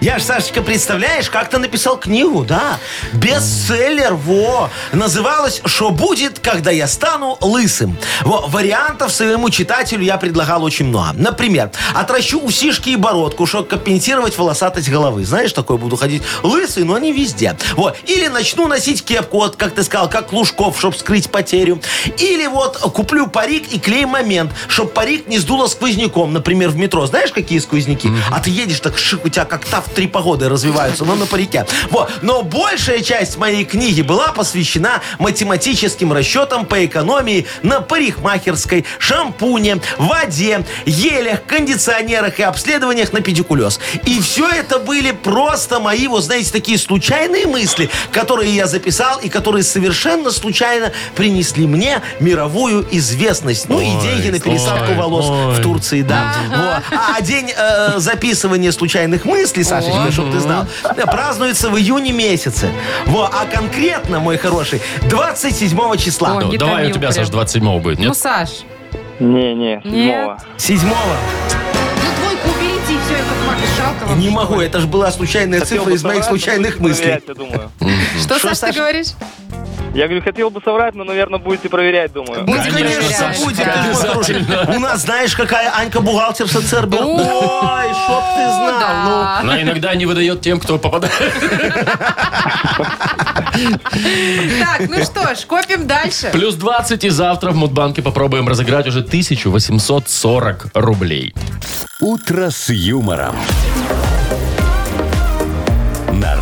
Speaker 4: Я ж, Сашечка, представляешь, как-то написал книгу, да? Бестселлер, во! Называлась «Что будет, когда я стану лысым?» Во, вариантов своему читателю я предлагал очень много. Например, отращу усишки и бородку, чтобы компенсировать волосатость головы. Знаешь, такой буду ходить лысый, но не везде. Вот. Или начну носить кепку, вот, как ты сказал, как Лужков, чтобы скрыть потерю. Или вот куплю парик и клей момент, чтобы парик не сдуло сквозняком, например, в метро. Знаешь, какие сквозняки? А ты едешь так, шик, у тебя как та в три погоды развиваются, но на парике. Вот. Но большая часть моей книги была посвящена математическим расчетам по экономии на парикмахерской, шампуне, воде, елях, кондиционерах и обследованиях на педикулез. И все это были просто мои, вот знаете, такие случайные мысли, которые я записал и которые совершенно случайно принесли мне мировую известность. Ну и
Speaker 2: Ой,
Speaker 4: деньги на пересадку
Speaker 2: ой,
Speaker 4: волос
Speaker 2: ой.
Speaker 4: в Турции, да. Во. А день э, записывания случайных мыслей, Сашечка, чтобы ты знал, э, празднуется в июне месяце. Во. А конкретно, мой хороший, 27 числа.
Speaker 3: Ой.
Speaker 2: Ну,
Speaker 3: не
Speaker 2: Давай у
Speaker 3: томил
Speaker 2: тебя,
Speaker 3: прям.
Speaker 2: Саш, 27-го будет,
Speaker 3: Ну,
Speaker 2: нет?
Speaker 3: Саш,
Speaker 7: Не-не, седьмого.
Speaker 4: 7
Speaker 3: ну двойку уберите, и все, я как Марк Шалкова.
Speaker 4: Не могу, это же была случайная
Speaker 7: Хотел
Speaker 4: цифра
Speaker 7: бы
Speaker 4: из моих
Speaker 7: соврать,
Speaker 4: случайных
Speaker 7: но будет
Speaker 4: мыслей.
Speaker 7: проверять, Я думаю.
Speaker 3: Что, Саш, ты
Speaker 4: Саша?
Speaker 3: говоришь?
Speaker 7: Я говорю, хотел бы соврать, но, наверное, будете проверять,
Speaker 4: Ну,
Speaker 7: думаю.
Speaker 3: Будем
Speaker 2: Конечно,
Speaker 3: проверять.
Speaker 4: Будет,
Speaker 3: Да.
Speaker 4: ты ж мой хороший. У нас знаешь, какая Анька бухгалтер в СССР была? Ой, чтоб ты знал. ну.
Speaker 3: Да.
Speaker 2: Она иногда не выдает тем, кто попадает.
Speaker 3: Так, ну что ж, копим дальше.
Speaker 2: Плюс 20 и завтра в Мудбанке попробуем разыграть уже 1840 рублей.
Speaker 1: «Утро с юмором». На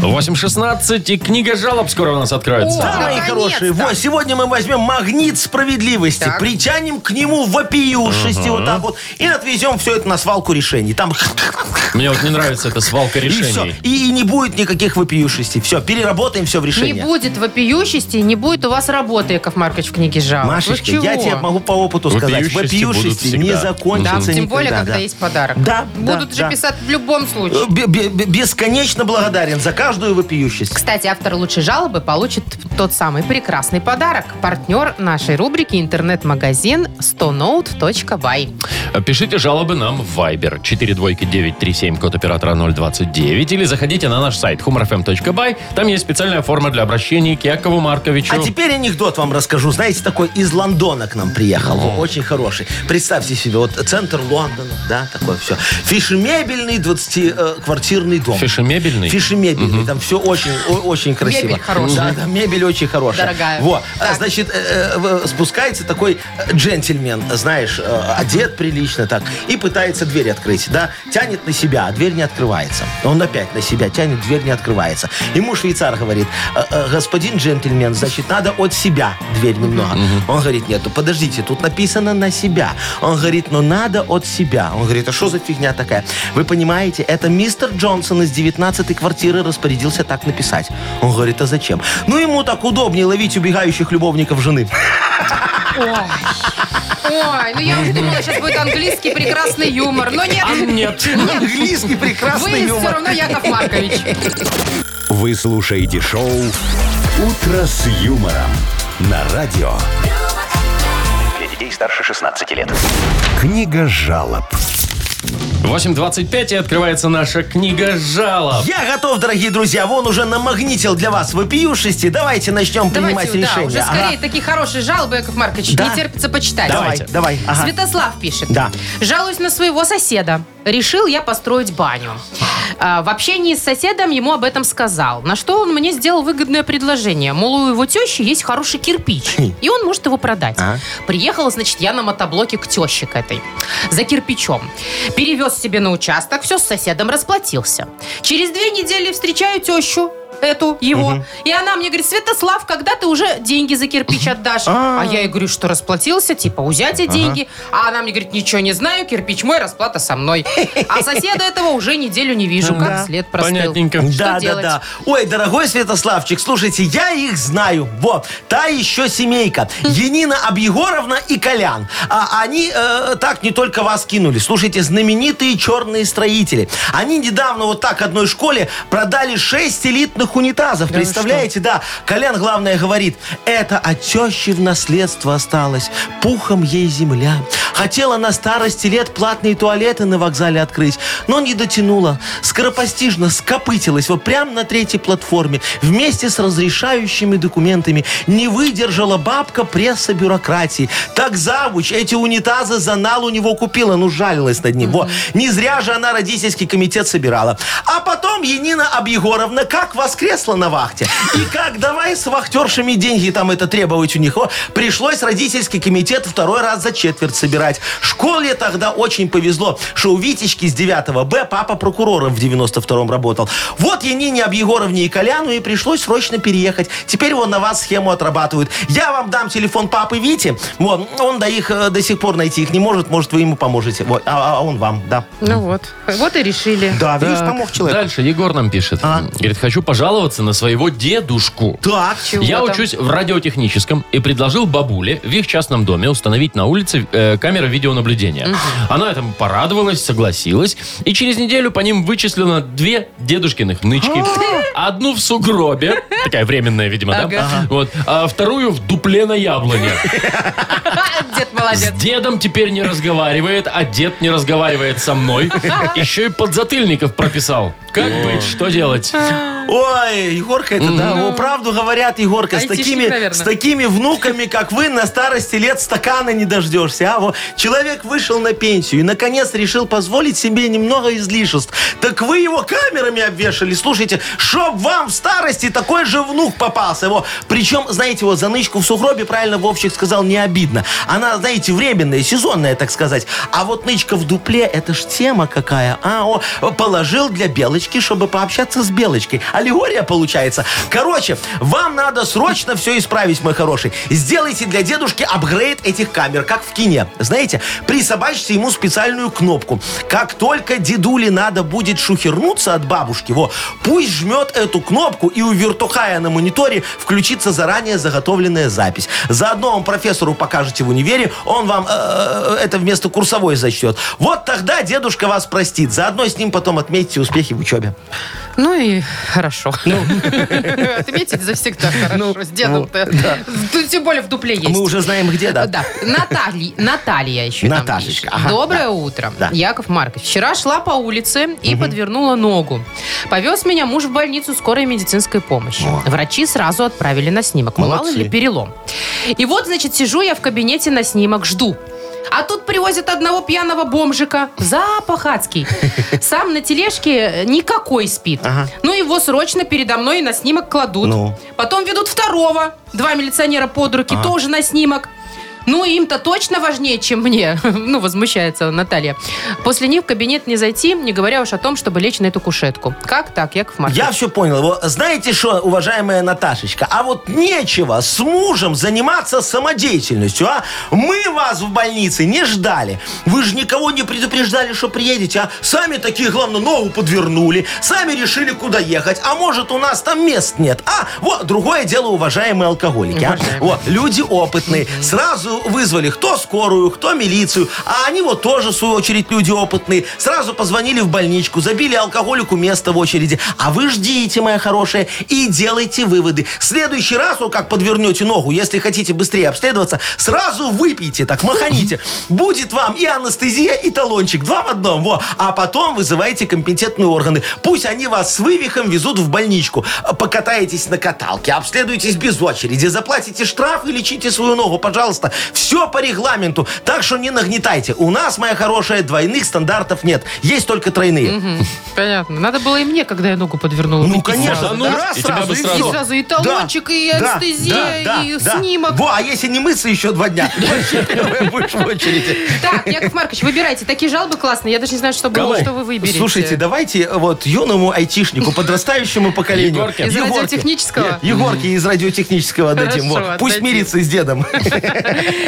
Speaker 2: 8.16 и книга жалоб скоро у нас откроется.
Speaker 3: О.
Speaker 4: Да, мои
Speaker 3: Наконец-то.
Speaker 4: хорошие, вот сегодня мы возьмем магнит справедливости,
Speaker 3: Так.
Speaker 4: притянем к нему вопиюшести вот так вот и отвезем все это на свалку решений. Там
Speaker 2: Мне вот не нравится эта свалка
Speaker 4: и все.
Speaker 2: решений.
Speaker 4: И, и не будет никаких вопиюшестей. Все, переработаем все в
Speaker 3: Не
Speaker 4: решение.
Speaker 3: будет вопиющести, не будет у вас работы, Яков Маркович, в книге жалоб. Вы
Speaker 4: Машечка,
Speaker 3: А, чего?
Speaker 4: я тебе могу по опыту сказать,
Speaker 2: Вопиюшести будут
Speaker 4: вопиюшести
Speaker 2: всегда.
Speaker 4: не
Speaker 3: Да,
Speaker 4: закончится
Speaker 3: тем более,
Speaker 4: никогда,
Speaker 3: когда
Speaker 4: да.
Speaker 3: есть подарок.
Speaker 4: Да, да,
Speaker 3: Будут же
Speaker 4: да. Э,
Speaker 3: писать в любом случае.
Speaker 4: Бе- бе- бе- Бесконечно благодарен за каждую вопиющесть.
Speaker 3: Кстати, автор лучшей жалобы получит тот самый прекрасный подарок. Партнер нашей рубрики интернет-магазин 100note.by.
Speaker 2: Пишите жалобы нам в Viber 42937, код оператора 029, или заходите на наш сайт humorfm.by. Там есть специальная форма для обращения к Якову Марковичу.
Speaker 4: А теперь анекдот вам расскажу. Знаете, такой из Лондона к нам приехал. Во, Очень хороший. Представьте себе, вот центр Лондона, да, такое все. Фишемебельный 20-квартирный дом.
Speaker 2: Фишемебельный?
Speaker 4: Фишемебельный. Там все очень, о- очень красиво.
Speaker 3: Мебель хорошая.
Speaker 4: Да, да, мебель очень хорошая.
Speaker 3: Дорогая.
Speaker 4: Вот.
Speaker 3: Так.
Speaker 4: Значит, э, э, в- спускается такой э, джентльмен, знаешь, э, одет прилично так, и пытается дверь открыть, да, тянет на себя, а дверь не открывается. Он опять на себя тянет, дверь не открывается. Ему швейцар говорит, «Э, э, господин джентльмен, значит, надо от себя дверь немного. Он говорит, нет, ну, подождите, тут написано на себя. Он говорит, но надо от себя. Он говорит, а что за фигня такая? Вы понимаете, это мистер Джонсон из 19-й квартиры распорядился так написать. Он говорит, а зачем? Ну, ему так удобнее ловить убегающих любовников жены.
Speaker 3: Ой. Ой, ну я уже думала, сейчас будет английский прекрасный юмор. Но нет.
Speaker 2: А нет.
Speaker 4: *laughs* Английский прекрасный
Speaker 3: Вы все
Speaker 4: юмор.
Speaker 3: равно Яков Маркович.
Speaker 1: Вы слушаете шоу «Утро с юмором». На радио.
Speaker 5: Для детей старше 16 лет.
Speaker 1: Книга жалоб.
Speaker 2: 8.25 и открывается наша книга жалоб.
Speaker 4: Я готов, дорогие друзья. Вон уже намагнитил для вас вопиюшести. Давайте начнем принимать
Speaker 3: Давайте, да,
Speaker 4: решения.
Speaker 3: уже
Speaker 4: Ага.
Speaker 3: скорее такие хорошие жалобы, Яков Маркович.
Speaker 4: Да.
Speaker 3: Не терпится почитать.
Speaker 4: Давай, давай. ага.
Speaker 3: Святослав пишет.
Speaker 4: Да.
Speaker 3: Жалуюсь на своего соседа. Решил я построить баню. А, В общении с соседом ему об этом сказал, на что он мне сделал выгодное предложение. Мол, у его тещи есть хороший кирпич,
Speaker 4: Хм.
Speaker 3: и он может его продать.
Speaker 4: А.
Speaker 3: Приехала, значит, я на мотоблоке к теще к этой, за кирпичом. Перевез себе на участок, все с соседом расплатился. Через две недели встречаю тещу, эту, его. И она мне говорит, Святослав, когда ты уже деньги за кирпич отдашь? А я ей говорю, что расплатился, типа, у зятя деньги. А она мне говорит, ничего не знаю, кирпич мой, расплата со мной. А соседа этого уже неделю не вижу, как след простыл.
Speaker 2: Понятненько.
Speaker 3: Что
Speaker 4: Да, да,
Speaker 3: делать?
Speaker 4: да. Ой, дорогой Святославчик, слушайте, я их знаю. Вот, та еще семейка. Енина Абьегоровна и Колян. А они э, так не только вас кинули. Слушайте, знаменитые черные строители. Они недавно вот так одной школе продали 6 элитных унитазов. Представляете, да. Колян, главное, говорит, это от тещи в наследство осталось. Пухом ей земля. Хотела на старости лет платные туалеты на вокзале открыть, но не дотянула. Скоропостижно скопытилась вот прямо на третьей платформе вместе с разрешающими документами. Не выдержала бабка пресса бюрократии. Так завуч эти унитазы за нал у него купила, ну жалилась над ним. Во. Не зря же она родительский комитет собирала. А потом Енина Абьегоровна как воскресла на вахте. И как давай с вахтершами деньги там это требовать у них. О, пришлось родительский комитет второй раз за четверть собирать. Школе тогда очень повезло, что у Витечки с 9 Б папа прокурором в 92-м работал. Вот Янине Абьегоровне и Коляну и пришлось срочно переехать. Теперь вон на вас схему отрабатывают. Я вам дам телефон папы Вити. Вот, он до их э, до сих пор найти их не может, может, вы ему поможете. Вот, а, а он вам, да.
Speaker 3: Ну вот. Вот и решили.
Speaker 4: Да, видишь, помог человек. А.
Speaker 2: Дальше Егор нам пишет. Говорит, хочу пожаловаться на своего дедушку.
Speaker 4: Так,
Speaker 3: Чего
Speaker 2: Я
Speaker 3: там?
Speaker 2: учусь в радиотехническом и предложил бабуле в их частном доме установить на улице э, камеры видеонаблюдения. Она этому порадовалась, согласилась, и через неделю по ним вычислено две дедушкиных нычки. Одну в сугробе, такая временная, видимо, да?
Speaker 3: А! Ага.
Speaker 2: Вот, а вторую в дупле на яблоне.
Speaker 3: *laughs* Дед
Speaker 2: С
Speaker 3: молодец.
Speaker 2: дедом теперь не разговаривает, а дед не разговаривает со мной. Еще и подзатыльников прописал. Как быть, что делать?
Speaker 3: А.
Speaker 4: Ой, Егорка, это да. О, правду говорят, Егорка, с
Speaker 3: Айтишник,
Speaker 4: такими,
Speaker 3: наверное.
Speaker 4: с такими внуками, как вы, на старости лет стакана не дождешься. А? Во, человек вышел на пенсию и, наконец, решил позволить себе немного излишеств. Так вы его камерами обвешали. Слушайте, чтоб вам в старости такой же внук попался. Его. Причем, знаете, вот за нычку в сугробе, правильно Вовчик сказал, не обидно. Она, знаете, временная, сезонная, так сказать. А вот нычка в дупле, это ж тема какая. А, о, положил для белочки, чтобы пообщаться с белочкой. Аллегория получается. Короче, вам надо срочно все исправить, мой хороший. Сделайте для дедушки апгрейд этих камер, как в кине. Знаете, присобачьте ему специальную кнопку. Как только дедуле надо будет шухернуться от бабушки, во, пусть жмет эту кнопку и у вертухая на мониторе включится заранее заготовленная запись. Заодно вам профессору покажете в универе, он вам э, это вместо курсовой зачтет. Вот тогда дедушка вас простит. Заодно с ним потом отметьте успехи в учебе.
Speaker 3: Ну и хорошо.
Speaker 4: Ну.
Speaker 3: *laughs* Отметить завсегда хорошо. С дедом-то. Тут Тем более в дупле есть.
Speaker 4: ну, А Мы уже знаем, где, да?
Speaker 3: Да. Наталья, Наталья еще там
Speaker 4: Наташечка,
Speaker 3: пишет.
Speaker 4: ага,
Speaker 3: Доброе утро.
Speaker 4: Да.
Speaker 3: Яков Маркович. Вчера шла по улице и подвернула ногу. Повез меня муж в больницу скорой медицинской помощи. Врачи сразу отправили на снимок. Мало
Speaker 4: Молодцы.
Speaker 3: ли перелом. И вот, значит, сижу я в кабинете на снимок, жду. А тут привозят одного пьяного бомжика. Запах адский.
Speaker 4: *laughs*
Speaker 3: Сам на тележке никакой спит.
Speaker 4: Ага.
Speaker 3: Ну, его срочно передо мной на снимок кладут.
Speaker 4: Ну.
Speaker 3: Потом ведут второго. Два милиционера под руки, тоже на снимок. Ну, им-то точно важнее, чем мне. *laughs* Ну, возмущается Наталья. После них в кабинет не зайти, не говоря уж о том, чтобы лечь на эту кушетку. Как так, Яков Маркович?
Speaker 4: Я все понял. Вот знаете что, уважаемая Наташечка, а вот нечего с мужем заниматься самодеятельностью, а? Мы вас в больнице не ждали. Вы же никого не предупреждали, что приедете, а? Сами такие, главное, ногу подвернули, сами решили, куда ехать. А может, у нас там мест нет, а? Вот, другое дело, уважаемые алкоголики, а? Вот, люди опытные. Сразу вызвали кто скорую, кто милицию, а они вот тоже, в свою очередь, люди опытные. Сразу позвонили в больничку, забили алкоголику место в очереди. А вы ждите, моя хорошая, и делайте выводы. В следующий раз, вот как подвернете ногу, если хотите быстрее обследоваться, сразу выпейте, так маханите. Будет вам и анестезия, и талончик. Два в одном. Во. А потом вызывайте компетентные органы. Пусть они вас с вывихом везут в больничку. Покатаетесь на каталке, обследуйтесь без очереди, заплатите штраф и лечите свою ногу, пожалуйста. Все по регламенту. Так что не нагнетайте. У нас, моя хорошая, двойных стандартов нет. Есть только тройные.
Speaker 3: Понятно. Надо было и мне, когда я ногу подвернула.
Speaker 4: Ну,
Speaker 3: прийти
Speaker 4: конечно.
Speaker 3: сразу,
Speaker 2: ну,
Speaker 3: да?
Speaker 2: раз, и тебя бы
Speaker 4: всё.
Speaker 2: сразу.
Speaker 3: И сразу и талончик, и анестезия, и снимок.
Speaker 4: Во, а если не мыться еще
Speaker 3: *laughs*
Speaker 4: два дня, вообще *laughs* первая будешь в очереди.
Speaker 3: Так, Яков Маркович, выбирайте. Такие жалобы классные. Я даже не знаю, что было,
Speaker 4: Давай.
Speaker 3: что вы выберете.
Speaker 4: Слушайте, давайте вот юному айтишнику, подрастающему поколению.
Speaker 2: Егорке.
Speaker 3: Из
Speaker 4: Егорке.
Speaker 3: радиотехнического?
Speaker 4: Е- Егорке из радиотехнического дадим.
Speaker 3: Хорошо,
Speaker 4: вот. Пусть
Speaker 3: отдадим.
Speaker 4: мирится с
Speaker 3: *laughs*
Speaker 4: дедом.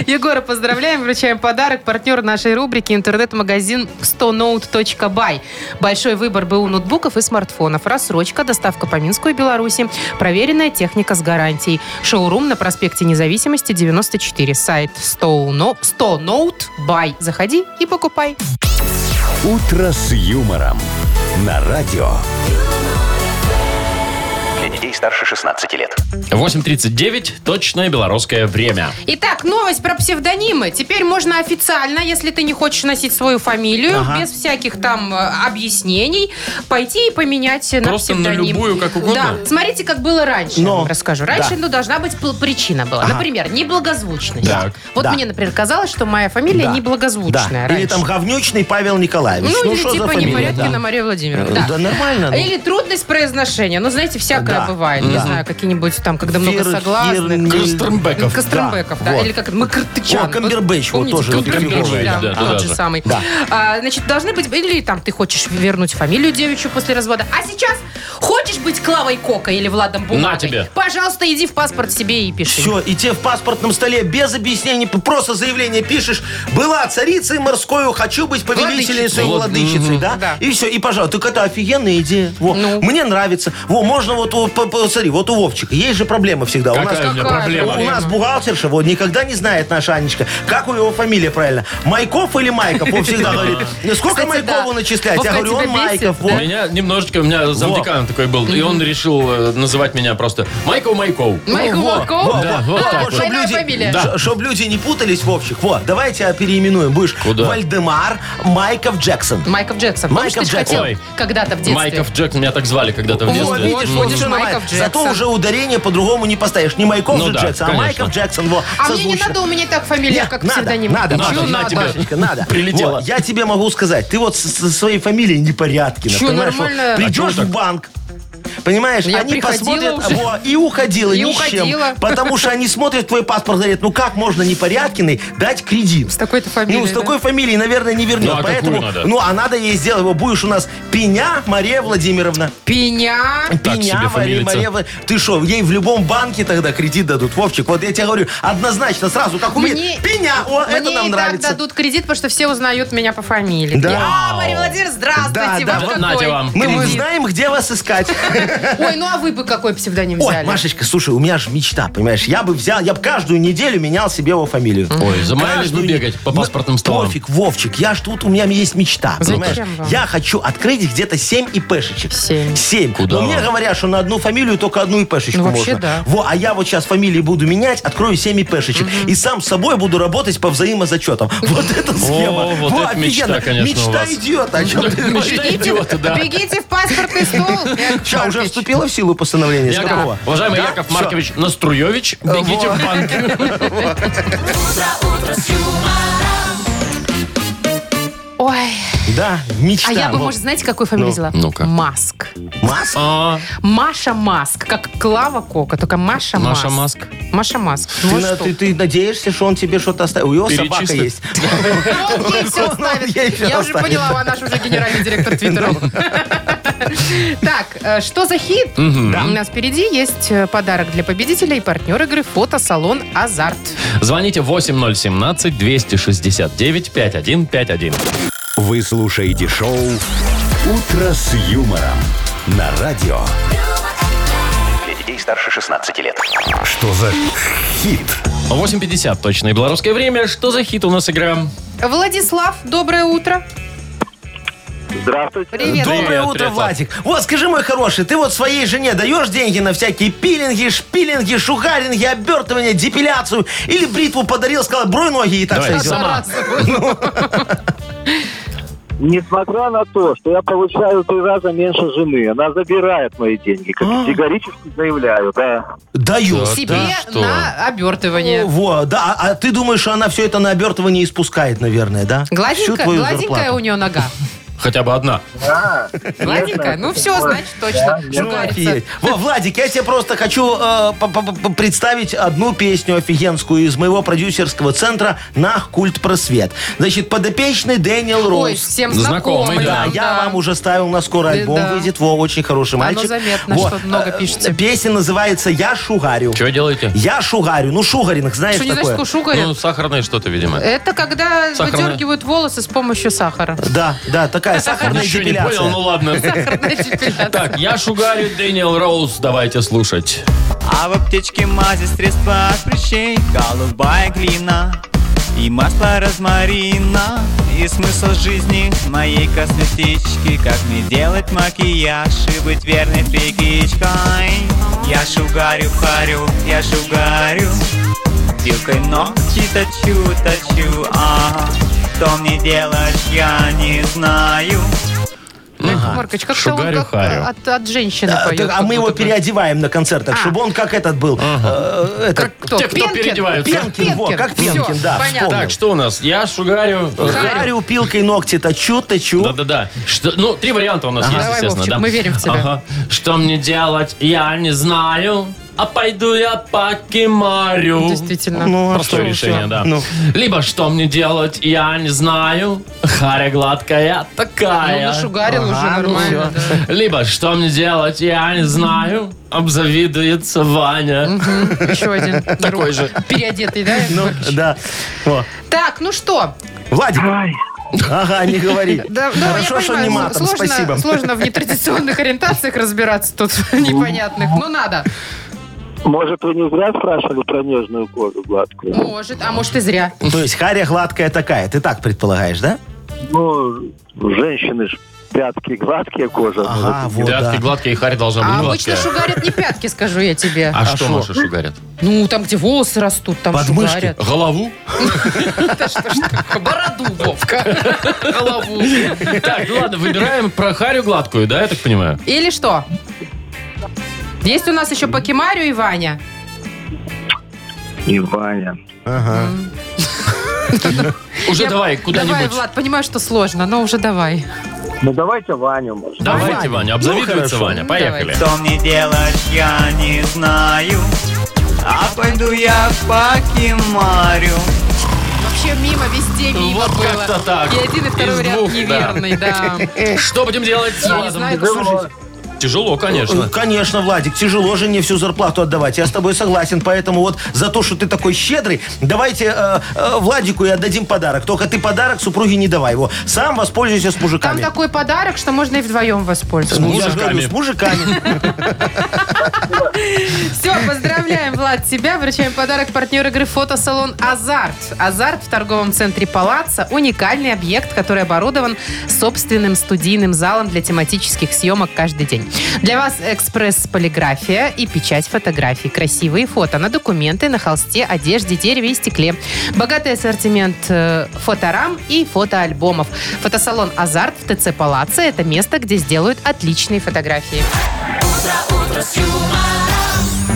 Speaker 3: Егора поздравляем, вручаем подарок. Партнер нашей рубрики интернет-магазин 100note.by. Большой выбор БУ ноутбуков и смартфонов. Рассрочка, доставка по Минску и Беларуси. Проверенная техника с гарантией. Шоурум на проспекте Независимости 94. Сайт 100note.by. Заходи и покупай.
Speaker 1: «Утро с юмором» на радио.
Speaker 5: Для детей старше 16 лет.
Speaker 2: 8.39, точное белорусское время.
Speaker 3: Итак, новость про псевдонимы. Теперь можно официально, если ты не хочешь носить свою фамилию, без всяких там э, объяснений, пойти и поменять на
Speaker 2: Просто на
Speaker 3: псевдоним.
Speaker 2: любую, как угодно?
Speaker 3: Да. Смотрите, как было раньше.
Speaker 4: Но.
Speaker 3: Расскажу. Раньше,
Speaker 4: Да.
Speaker 3: ну, должна быть пл- причина была. Например, неблагозвучность.
Speaker 2: Так.
Speaker 3: Вот
Speaker 4: Да.
Speaker 3: мне, например, казалось, что моя фамилия
Speaker 4: Да.
Speaker 3: неблагозвучная
Speaker 4: Да. Или
Speaker 3: раньше.
Speaker 4: там говнючный Павел Николаевич.
Speaker 3: ну,
Speaker 4: Ну,
Speaker 3: или
Speaker 4: что за
Speaker 3: типа
Speaker 4: фамилия?
Speaker 3: непорядки
Speaker 4: да.
Speaker 3: на Марию Владимировну.
Speaker 4: Да нормально, ну.
Speaker 3: Или трудность произношения. Ну, знаете, всякое
Speaker 4: Да.
Speaker 3: бывает. Не
Speaker 4: Да.
Speaker 3: знаю, какие-нибудь там, когда много
Speaker 4: Фир-
Speaker 3: согласных.
Speaker 4: фирни-
Speaker 2: Кострымбеков.
Speaker 3: Костромбеков, да.
Speaker 4: Да, вот.
Speaker 3: Или как это, Макартычан.
Speaker 4: О, Камбербэтч, вот
Speaker 3: помните,
Speaker 4: тоже
Speaker 3: Камбербэтч,
Speaker 2: фигура,
Speaker 3: да,
Speaker 2: да,
Speaker 3: тот
Speaker 2: туда
Speaker 3: же
Speaker 2: же.
Speaker 3: самый.
Speaker 4: Да.
Speaker 3: А, значит, должны быть, или там ты хочешь вернуть фамилию девичью после развода, а сейчас хочешь быть Клавой Кока или Владом Бумагой?
Speaker 2: На тебе.
Speaker 3: Пожалуйста, иди в паспорт себе и пиши.
Speaker 4: Все, и тебе в паспортном столе без объяснений, п- просто заявление пишешь. Была царицей морской, хочу быть повелительницей и
Speaker 2: Владычицей.
Speaker 4: владычицей, да?
Speaker 3: Да.
Speaker 4: И все, и пожалуйста. Так это офигенная идея. Во,
Speaker 3: Ну.
Speaker 4: Мне нравится. Во, можно вот, вот, по- по- смотри, вот у Вовчика. Есть же проблема всегда. А у нас
Speaker 2: Какая у меня
Speaker 3: какая
Speaker 2: проблема?
Speaker 4: у нас бухгалтерша вот никогда не знает наша Анечка, как у его фамилия правильно. Майков или Майков? Он всегда говорит, «Ну, сколько
Speaker 3: Кстати,
Speaker 4: Майкову
Speaker 3: да.
Speaker 4: начислять? Я
Speaker 3: Вовка,
Speaker 4: говорю, он
Speaker 3: тебя бесит,
Speaker 4: Майков.
Speaker 3: да?
Speaker 2: У
Speaker 4: вот».
Speaker 2: меня немножечко, у меня замдекан такой был, и он решил э, называть меня просто Майкл Майкл.
Speaker 3: Майкл
Speaker 4: Во,
Speaker 3: Марков?
Speaker 4: во,
Speaker 2: Да,
Speaker 4: во,
Speaker 2: вот
Speaker 4: во,
Speaker 2: так
Speaker 4: вот,
Speaker 2: вот.
Speaker 4: чтоб
Speaker 3: Двойная
Speaker 4: люди-
Speaker 3: фамилия.
Speaker 4: Ш- Чтоб люди не путались, Вовчик. Вот, давай тебя переименуем. Будешь
Speaker 2: Куда?
Speaker 4: Вальдемар Майков Джексон.
Speaker 3: Майков Джексон. Помнишь,
Speaker 4: Майкл
Speaker 3: ты же
Speaker 4: Джексон.
Speaker 3: хотел
Speaker 2: Ой.
Speaker 3: когда-то в детстве?
Speaker 2: Майков Джексон, меня так звали когда-то в
Speaker 4: Во,
Speaker 2: *laughs*
Speaker 3: Джексон.
Speaker 2: детстве.
Speaker 4: видишь,
Speaker 3: Вот
Speaker 4: вот
Speaker 3: будешь
Speaker 4: всё
Speaker 3: Майков
Speaker 4: нормально.
Speaker 3: Джексон.
Speaker 4: Зато уже ударение по-другому не поставишь. Не Майков
Speaker 2: Ну
Speaker 4: же
Speaker 2: да,
Speaker 4: Джексон, а
Speaker 2: конечно.
Speaker 4: Майков Джексон. Во,
Speaker 3: А мне не
Speaker 4: созвучно.
Speaker 3: надо, у меня и так фамилия,
Speaker 4: Не,
Speaker 3: как
Speaker 4: надо,
Speaker 3: псевдоним.
Speaker 4: Надо,
Speaker 2: Надо,
Speaker 4: Машенька,
Speaker 2: на тебе.
Speaker 4: Машенька, надо.
Speaker 2: Прилетело.
Speaker 4: Вот, я тебе могу сказать, ты вот со своей фамилией непорядки.
Speaker 3: Чё, нормально?
Speaker 2: А
Speaker 4: Придешь
Speaker 2: чё так?
Speaker 4: в банк, Понимаешь,
Speaker 3: Я
Speaker 4: они
Speaker 3: приходила
Speaker 4: посмотрят
Speaker 3: уже.
Speaker 4: во, и уходила
Speaker 3: И
Speaker 4: ни с чем.
Speaker 3: уходила.
Speaker 4: Потому что они смотрят твой паспорт и говорят, ну как можно непорядкиной дать кредит?
Speaker 3: С такой-то фамилией.
Speaker 4: Ну, с
Speaker 3: да?
Speaker 4: такой фамилией, наверное, не вернет.
Speaker 2: Ну, а какую
Speaker 4: Поэтому,
Speaker 2: надо?
Speaker 4: ну, а надо ей сделать. Вот будешь у нас Пеня Мария Владимировна.
Speaker 3: Пеня.
Speaker 2: Так себе
Speaker 4: Пеня Мария
Speaker 2: фамилица.
Speaker 4: Владимировна. Ты что, ей в любом банке тогда кредит дадут, Вовчик. Вот я тебе говорю, однозначно сразу, как умеет. Пеня, о, это
Speaker 3: мне
Speaker 4: нам
Speaker 3: и
Speaker 4: нравится.
Speaker 3: так дадут кредит, потому что все узнают меня по фамилии.
Speaker 4: Да.
Speaker 3: И, А, Мария Владимировна, здравствуйте.
Speaker 4: Да, да,
Speaker 3: вот
Speaker 2: вот
Speaker 3: какой.
Speaker 2: нате вам.
Speaker 4: Мы, мы
Speaker 2: Кредит.
Speaker 4: знаем, где вас искать.
Speaker 3: Ой, ну а вы бы какой псевдоним
Speaker 4: Ой,
Speaker 3: взяли?
Speaker 4: Машечка, слушай, у меня же мечта, понимаешь? Я бы взял, я бы каждую неделю менял себе его фамилию.
Speaker 2: Ой, замаялись
Speaker 4: Каждую
Speaker 2: бы
Speaker 4: не-
Speaker 2: бегать по
Speaker 4: Ну,
Speaker 2: паспортным столам.
Speaker 4: Пофиг, Вовчик, я ж тут, у меня есть мечта,
Speaker 3: Зачем
Speaker 4: понимаешь?
Speaker 3: вам?
Speaker 4: Я хочу открыть где-то 7 ИПшечек.
Speaker 3: Семь.
Speaker 4: Семь.
Speaker 2: Куда
Speaker 4: Но мне
Speaker 2: вам?
Speaker 4: говорят, что на одну фамилию только одну ИПшечку
Speaker 3: Ну, вообще
Speaker 4: можно.
Speaker 3: да.
Speaker 4: Во, а я вот сейчас фамилии буду менять, открою 7 ИПшечек. И сам с собой буду работать
Speaker 2: *laughs*
Speaker 4: по взаимозачетам. Вот это схема.
Speaker 2: вот
Speaker 4: Во,
Speaker 2: это мечта,
Speaker 4: офигенно.
Speaker 2: конечно, у
Speaker 4: Мечта
Speaker 2: вас.
Speaker 4: идет. О чем
Speaker 2: *laughs*
Speaker 4: ты говоришь?
Speaker 2: Мечта идиота, да.
Speaker 3: Бегите в паспортный стол. Яков
Speaker 4: Ща, уже
Speaker 3: Маркович.
Speaker 4: вступило в силу постановление? С
Speaker 2: Яков-
Speaker 4: какого?
Speaker 2: Уважаемый
Speaker 4: Да?
Speaker 2: Яков
Speaker 4: Всё.
Speaker 2: Маркович Наструевич, бегите в банк.
Speaker 3: Ой,
Speaker 4: Да,
Speaker 3: а
Speaker 4: мечта.
Speaker 3: я бы,
Speaker 4: Вот.
Speaker 3: может, знаете, какой
Speaker 4: Ну,
Speaker 3: фамилию взяла?
Speaker 2: Ну-ка.
Speaker 3: Маск.
Speaker 4: Маск?
Speaker 2: А,
Speaker 3: Маша Маск, как Клава Кока, только Маша Маск.
Speaker 2: Маша
Speaker 3: Маша Маск.
Speaker 4: Ты,
Speaker 3: Вот
Speaker 4: на-
Speaker 3: Ну а что.
Speaker 4: ты- ты надеешься, что он тебе что-то оставил? У него собака
Speaker 2: Перечислит.
Speaker 4: есть.
Speaker 3: А Он ей все
Speaker 4: Он
Speaker 3: оставит.
Speaker 4: ей всё
Speaker 3: Я уже
Speaker 4: оставит.
Speaker 3: поняла, наш уже генеральный директор
Speaker 4: *laughs*
Speaker 3: Твиттера. Так, э, что за хит? У нас впереди есть э, подарок для победителя и партнер игры фотосалон «Азарт».
Speaker 2: Звоните 8017-269-5151.
Speaker 1: Вы слушаете шоу «Утро с юмором» на радио.
Speaker 5: Для детей старше 16 лет.
Speaker 1: Что за хит?
Speaker 2: 8.50 точное белорусское время. Что за хит у нас игра?
Speaker 3: Владислав, доброе утро.
Speaker 6: Здравствуйте.
Speaker 3: Привет.
Speaker 4: Доброе
Speaker 2: Привет,
Speaker 4: утро,
Speaker 2: привет, Влад.
Speaker 4: Владик. Вот скажи, мой хороший, ты вот своей жене даешь деньги на всякие пилинги, шпилинги, шугаринги, обертывания, депиляцию или бритву подарил, сказал, брой ноги и так
Speaker 2: Давай,
Speaker 4: сойдет.
Speaker 2: сама.
Speaker 3: Тарас.
Speaker 9: Несмотря на то, что я получаю в три раза меньше жены, она забирает мои деньги.
Speaker 4: А!
Speaker 9: Категорически заявляю, да.
Speaker 4: Даю.
Speaker 2: Да
Speaker 3: Себе
Speaker 2: что?
Speaker 3: на обертывание.
Speaker 4: Во, да, а, а ты думаешь, что она все это на обертывание испускает, наверное, да? Всю
Speaker 3: Гладенькая,
Speaker 4: твою
Speaker 3: гладенькая
Speaker 4: зарплату.
Speaker 3: у нее нога.
Speaker 2: Хотя бы одна.
Speaker 9: Да.
Speaker 3: Гладенькая? Ну все, значит, точно. Что
Speaker 4: Ну,
Speaker 3: говорится.
Speaker 4: офигеть. Во, Владик, я тебе просто хочу э, по- по- по- представить одну песню офигенскую из моего продюсерского центра «Нах культ просвет». Значит, подопечный Дэниел
Speaker 3: Ой,
Speaker 4: Роуз.
Speaker 3: всем
Speaker 2: Знакомый,
Speaker 3: знакомый.
Speaker 4: Да,
Speaker 3: нам,
Speaker 4: я
Speaker 3: да.
Speaker 4: вам уже ставил на скоро
Speaker 3: Да,
Speaker 4: альбом.
Speaker 3: да.
Speaker 4: Выйдет Во, очень хороший
Speaker 3: Оно
Speaker 4: мальчик.
Speaker 3: заметно,
Speaker 4: Во,
Speaker 3: что много
Speaker 4: э,
Speaker 3: пишете.
Speaker 4: Песня называется «Я шугарю».
Speaker 2: Чего делаете?
Speaker 4: Я шугарю. Ну, шугаринг, знаешь
Speaker 3: Что не значит,
Speaker 4: такое?
Speaker 3: что шугарят?
Speaker 2: Ну, сахарное что-то, видимо.
Speaker 3: Это когда
Speaker 2: Сахарная.
Speaker 3: выдергивают волосы с помощью сахара.
Speaker 4: Да, да,
Speaker 3: *laughs*
Speaker 4: такая сахарная
Speaker 2: Ничего не
Speaker 4: депиляция.
Speaker 2: понял, ну ладно.
Speaker 3: Сахарная депиляция.
Speaker 2: Так, я шугарю Дэниел Роуз, давайте слушать.
Speaker 10: А в аптечке мази средства от прыщей Голубая глина и масло розмарина И смысл жизни моей косметички Как мне делать макияж и быть верной фрикичкой Я шугарю, харю, я шугарю Вилкой ногти точу, точу, а Что мне делать, я не знаю
Speaker 3: Яков Маркович, как-то он
Speaker 2: Шугарю,
Speaker 3: как
Speaker 2: харю.
Speaker 3: от, от женщины
Speaker 4: А,
Speaker 3: поет.
Speaker 4: так, а мы его
Speaker 3: как будто бы.
Speaker 4: переодеваем на концертах,
Speaker 3: А.
Speaker 4: чтобы он как этот был. э, этот,
Speaker 3: Кто?
Speaker 2: Те, кто
Speaker 3: Пенкин?
Speaker 2: переодеваются.
Speaker 4: Пенкин, во, как
Speaker 3: Всё,
Speaker 4: Пенкин, да,
Speaker 3: понятно.
Speaker 4: вспомнил.
Speaker 2: Так, что у нас? Я шугарю.
Speaker 4: Харю, э, пилкой ногти точу, точу.
Speaker 2: Да-да-да. Что- Ну, три варианта у нас есть,
Speaker 3: Давай,
Speaker 2: естественно.
Speaker 3: Вовчик,
Speaker 2: да.
Speaker 3: мы верим в тебя.
Speaker 2: Ага. Что мне делать, я не знаю. А пойду я по
Speaker 3: Ну,
Speaker 2: кемарю.
Speaker 3: Действительно.
Speaker 4: ну, а
Speaker 2: Простое решение, да.
Speaker 3: Ну.
Speaker 2: Либо что мне делать, я не знаю. Харя гладкая
Speaker 3: Ну,
Speaker 4: а
Speaker 2: такая.
Speaker 3: нашугарил уже
Speaker 4: ну,
Speaker 3: нормально. да.
Speaker 2: Либо что мне делать, я не знаю. Обзавидуется Ваня.
Speaker 3: Мгм. Еще
Speaker 4: *laughs*
Speaker 3: один.
Speaker 2: Такой же.
Speaker 3: Переодетый, да? Яков
Speaker 4: Ну,
Speaker 3: Маркович?
Speaker 4: да. О,
Speaker 3: Так, ну что?
Speaker 4: Владик. Ага, не говори.
Speaker 3: Да, да,
Speaker 4: Хорошо,
Speaker 3: я
Speaker 4: что
Speaker 3: понимаю,
Speaker 4: не матом,
Speaker 3: сложно,
Speaker 4: спасибо.
Speaker 3: Сложно в нетрадиционных ориентациях разбираться тут *laughs* непонятных. Ну, надо.
Speaker 9: Может, вы не зря спрашивали про нежную кожу гладкую?
Speaker 3: Может, а может и зря.
Speaker 4: То есть харя гладкая такая, ты так предполагаешь, да?
Speaker 9: Ну, у женщины ж пятки гладкие кожа.
Speaker 4: Ага,
Speaker 9: может,
Speaker 4: вот,
Speaker 2: Пятки
Speaker 4: да.
Speaker 2: гладкие, харь должна быть
Speaker 3: А обычно
Speaker 2: гладкая.
Speaker 3: шугарят не пятки, скажу я тебе.
Speaker 2: А что, Маша, шугарят?
Speaker 3: Ну, там, где волосы растут, там
Speaker 4: Подмышки.
Speaker 3: шугарят.
Speaker 2: Голову?
Speaker 3: Да что ж такое? Бороду, Вовка. Голову.
Speaker 2: Так, ну ладно, выбираем про харю гладкую, да, я так понимаю?
Speaker 3: Или что? Есть у нас еще по Кемарю и Ваня.
Speaker 9: И Ваня.
Speaker 4: Ага.
Speaker 2: Уже
Speaker 3: Я-
Speaker 2: давай, куда-нибудь.
Speaker 3: Давай, Влад, понимаю, что сложно, но уже давай.
Speaker 9: Ну, давайте Ваню, может.
Speaker 2: Давайте, Ваня, обзавидуется
Speaker 4: хорошо.
Speaker 3: Ну,
Speaker 2: Ваня. Поехали.
Speaker 10: Что мне делать, я не знаю. А пойду я по кемарю.
Speaker 3: Вообще мимо, везде мимо
Speaker 2: Вот
Speaker 3: было.
Speaker 2: как-то так.
Speaker 3: И один, и
Speaker 2: Из
Speaker 3: второй ряд
Speaker 2: двух, да. *laughs*
Speaker 3: неверный, да.
Speaker 2: Что будем делать с
Speaker 3: Я не
Speaker 2: Владом?
Speaker 3: знаю, как служить.
Speaker 2: Тяжело,
Speaker 4: Ну,
Speaker 2: конечно.
Speaker 4: Конечно, Владик, тяжело же мне всю зарплату отдавать. Я с тобой согласен, поэтому вот за то, что ты такой щедрый, давайте э, э, Владику и отдадим подарок. Только ты подарок супруге не давай его. Сам воспользуйся с
Speaker 3: Там
Speaker 4: мужиками.
Speaker 3: такой подарок, что можно и вдвоем воспользоваться.
Speaker 4: Ну, я же говорю,
Speaker 2: мужиками.
Speaker 4: с мужиками.
Speaker 3: Все, поздравляем, Влад, тебя. Вручаем подарок партнер игры фотосалон «Азарт». «Азарт» в торговом центре «Палаца» – уникальный объект, который оборудован собственным студийным залом для тематических съемок каждый день. Для вас экспресс-полиграфия и печать фотографий. Красивые фото на документы, на холсте, одежде, дереве и стекле. Богатый ассортимент э, фоторам и фотоальбомов. Фотосалон «Азарт» в ТЦ «Палаца» – это место, где сделают отличные фотографии.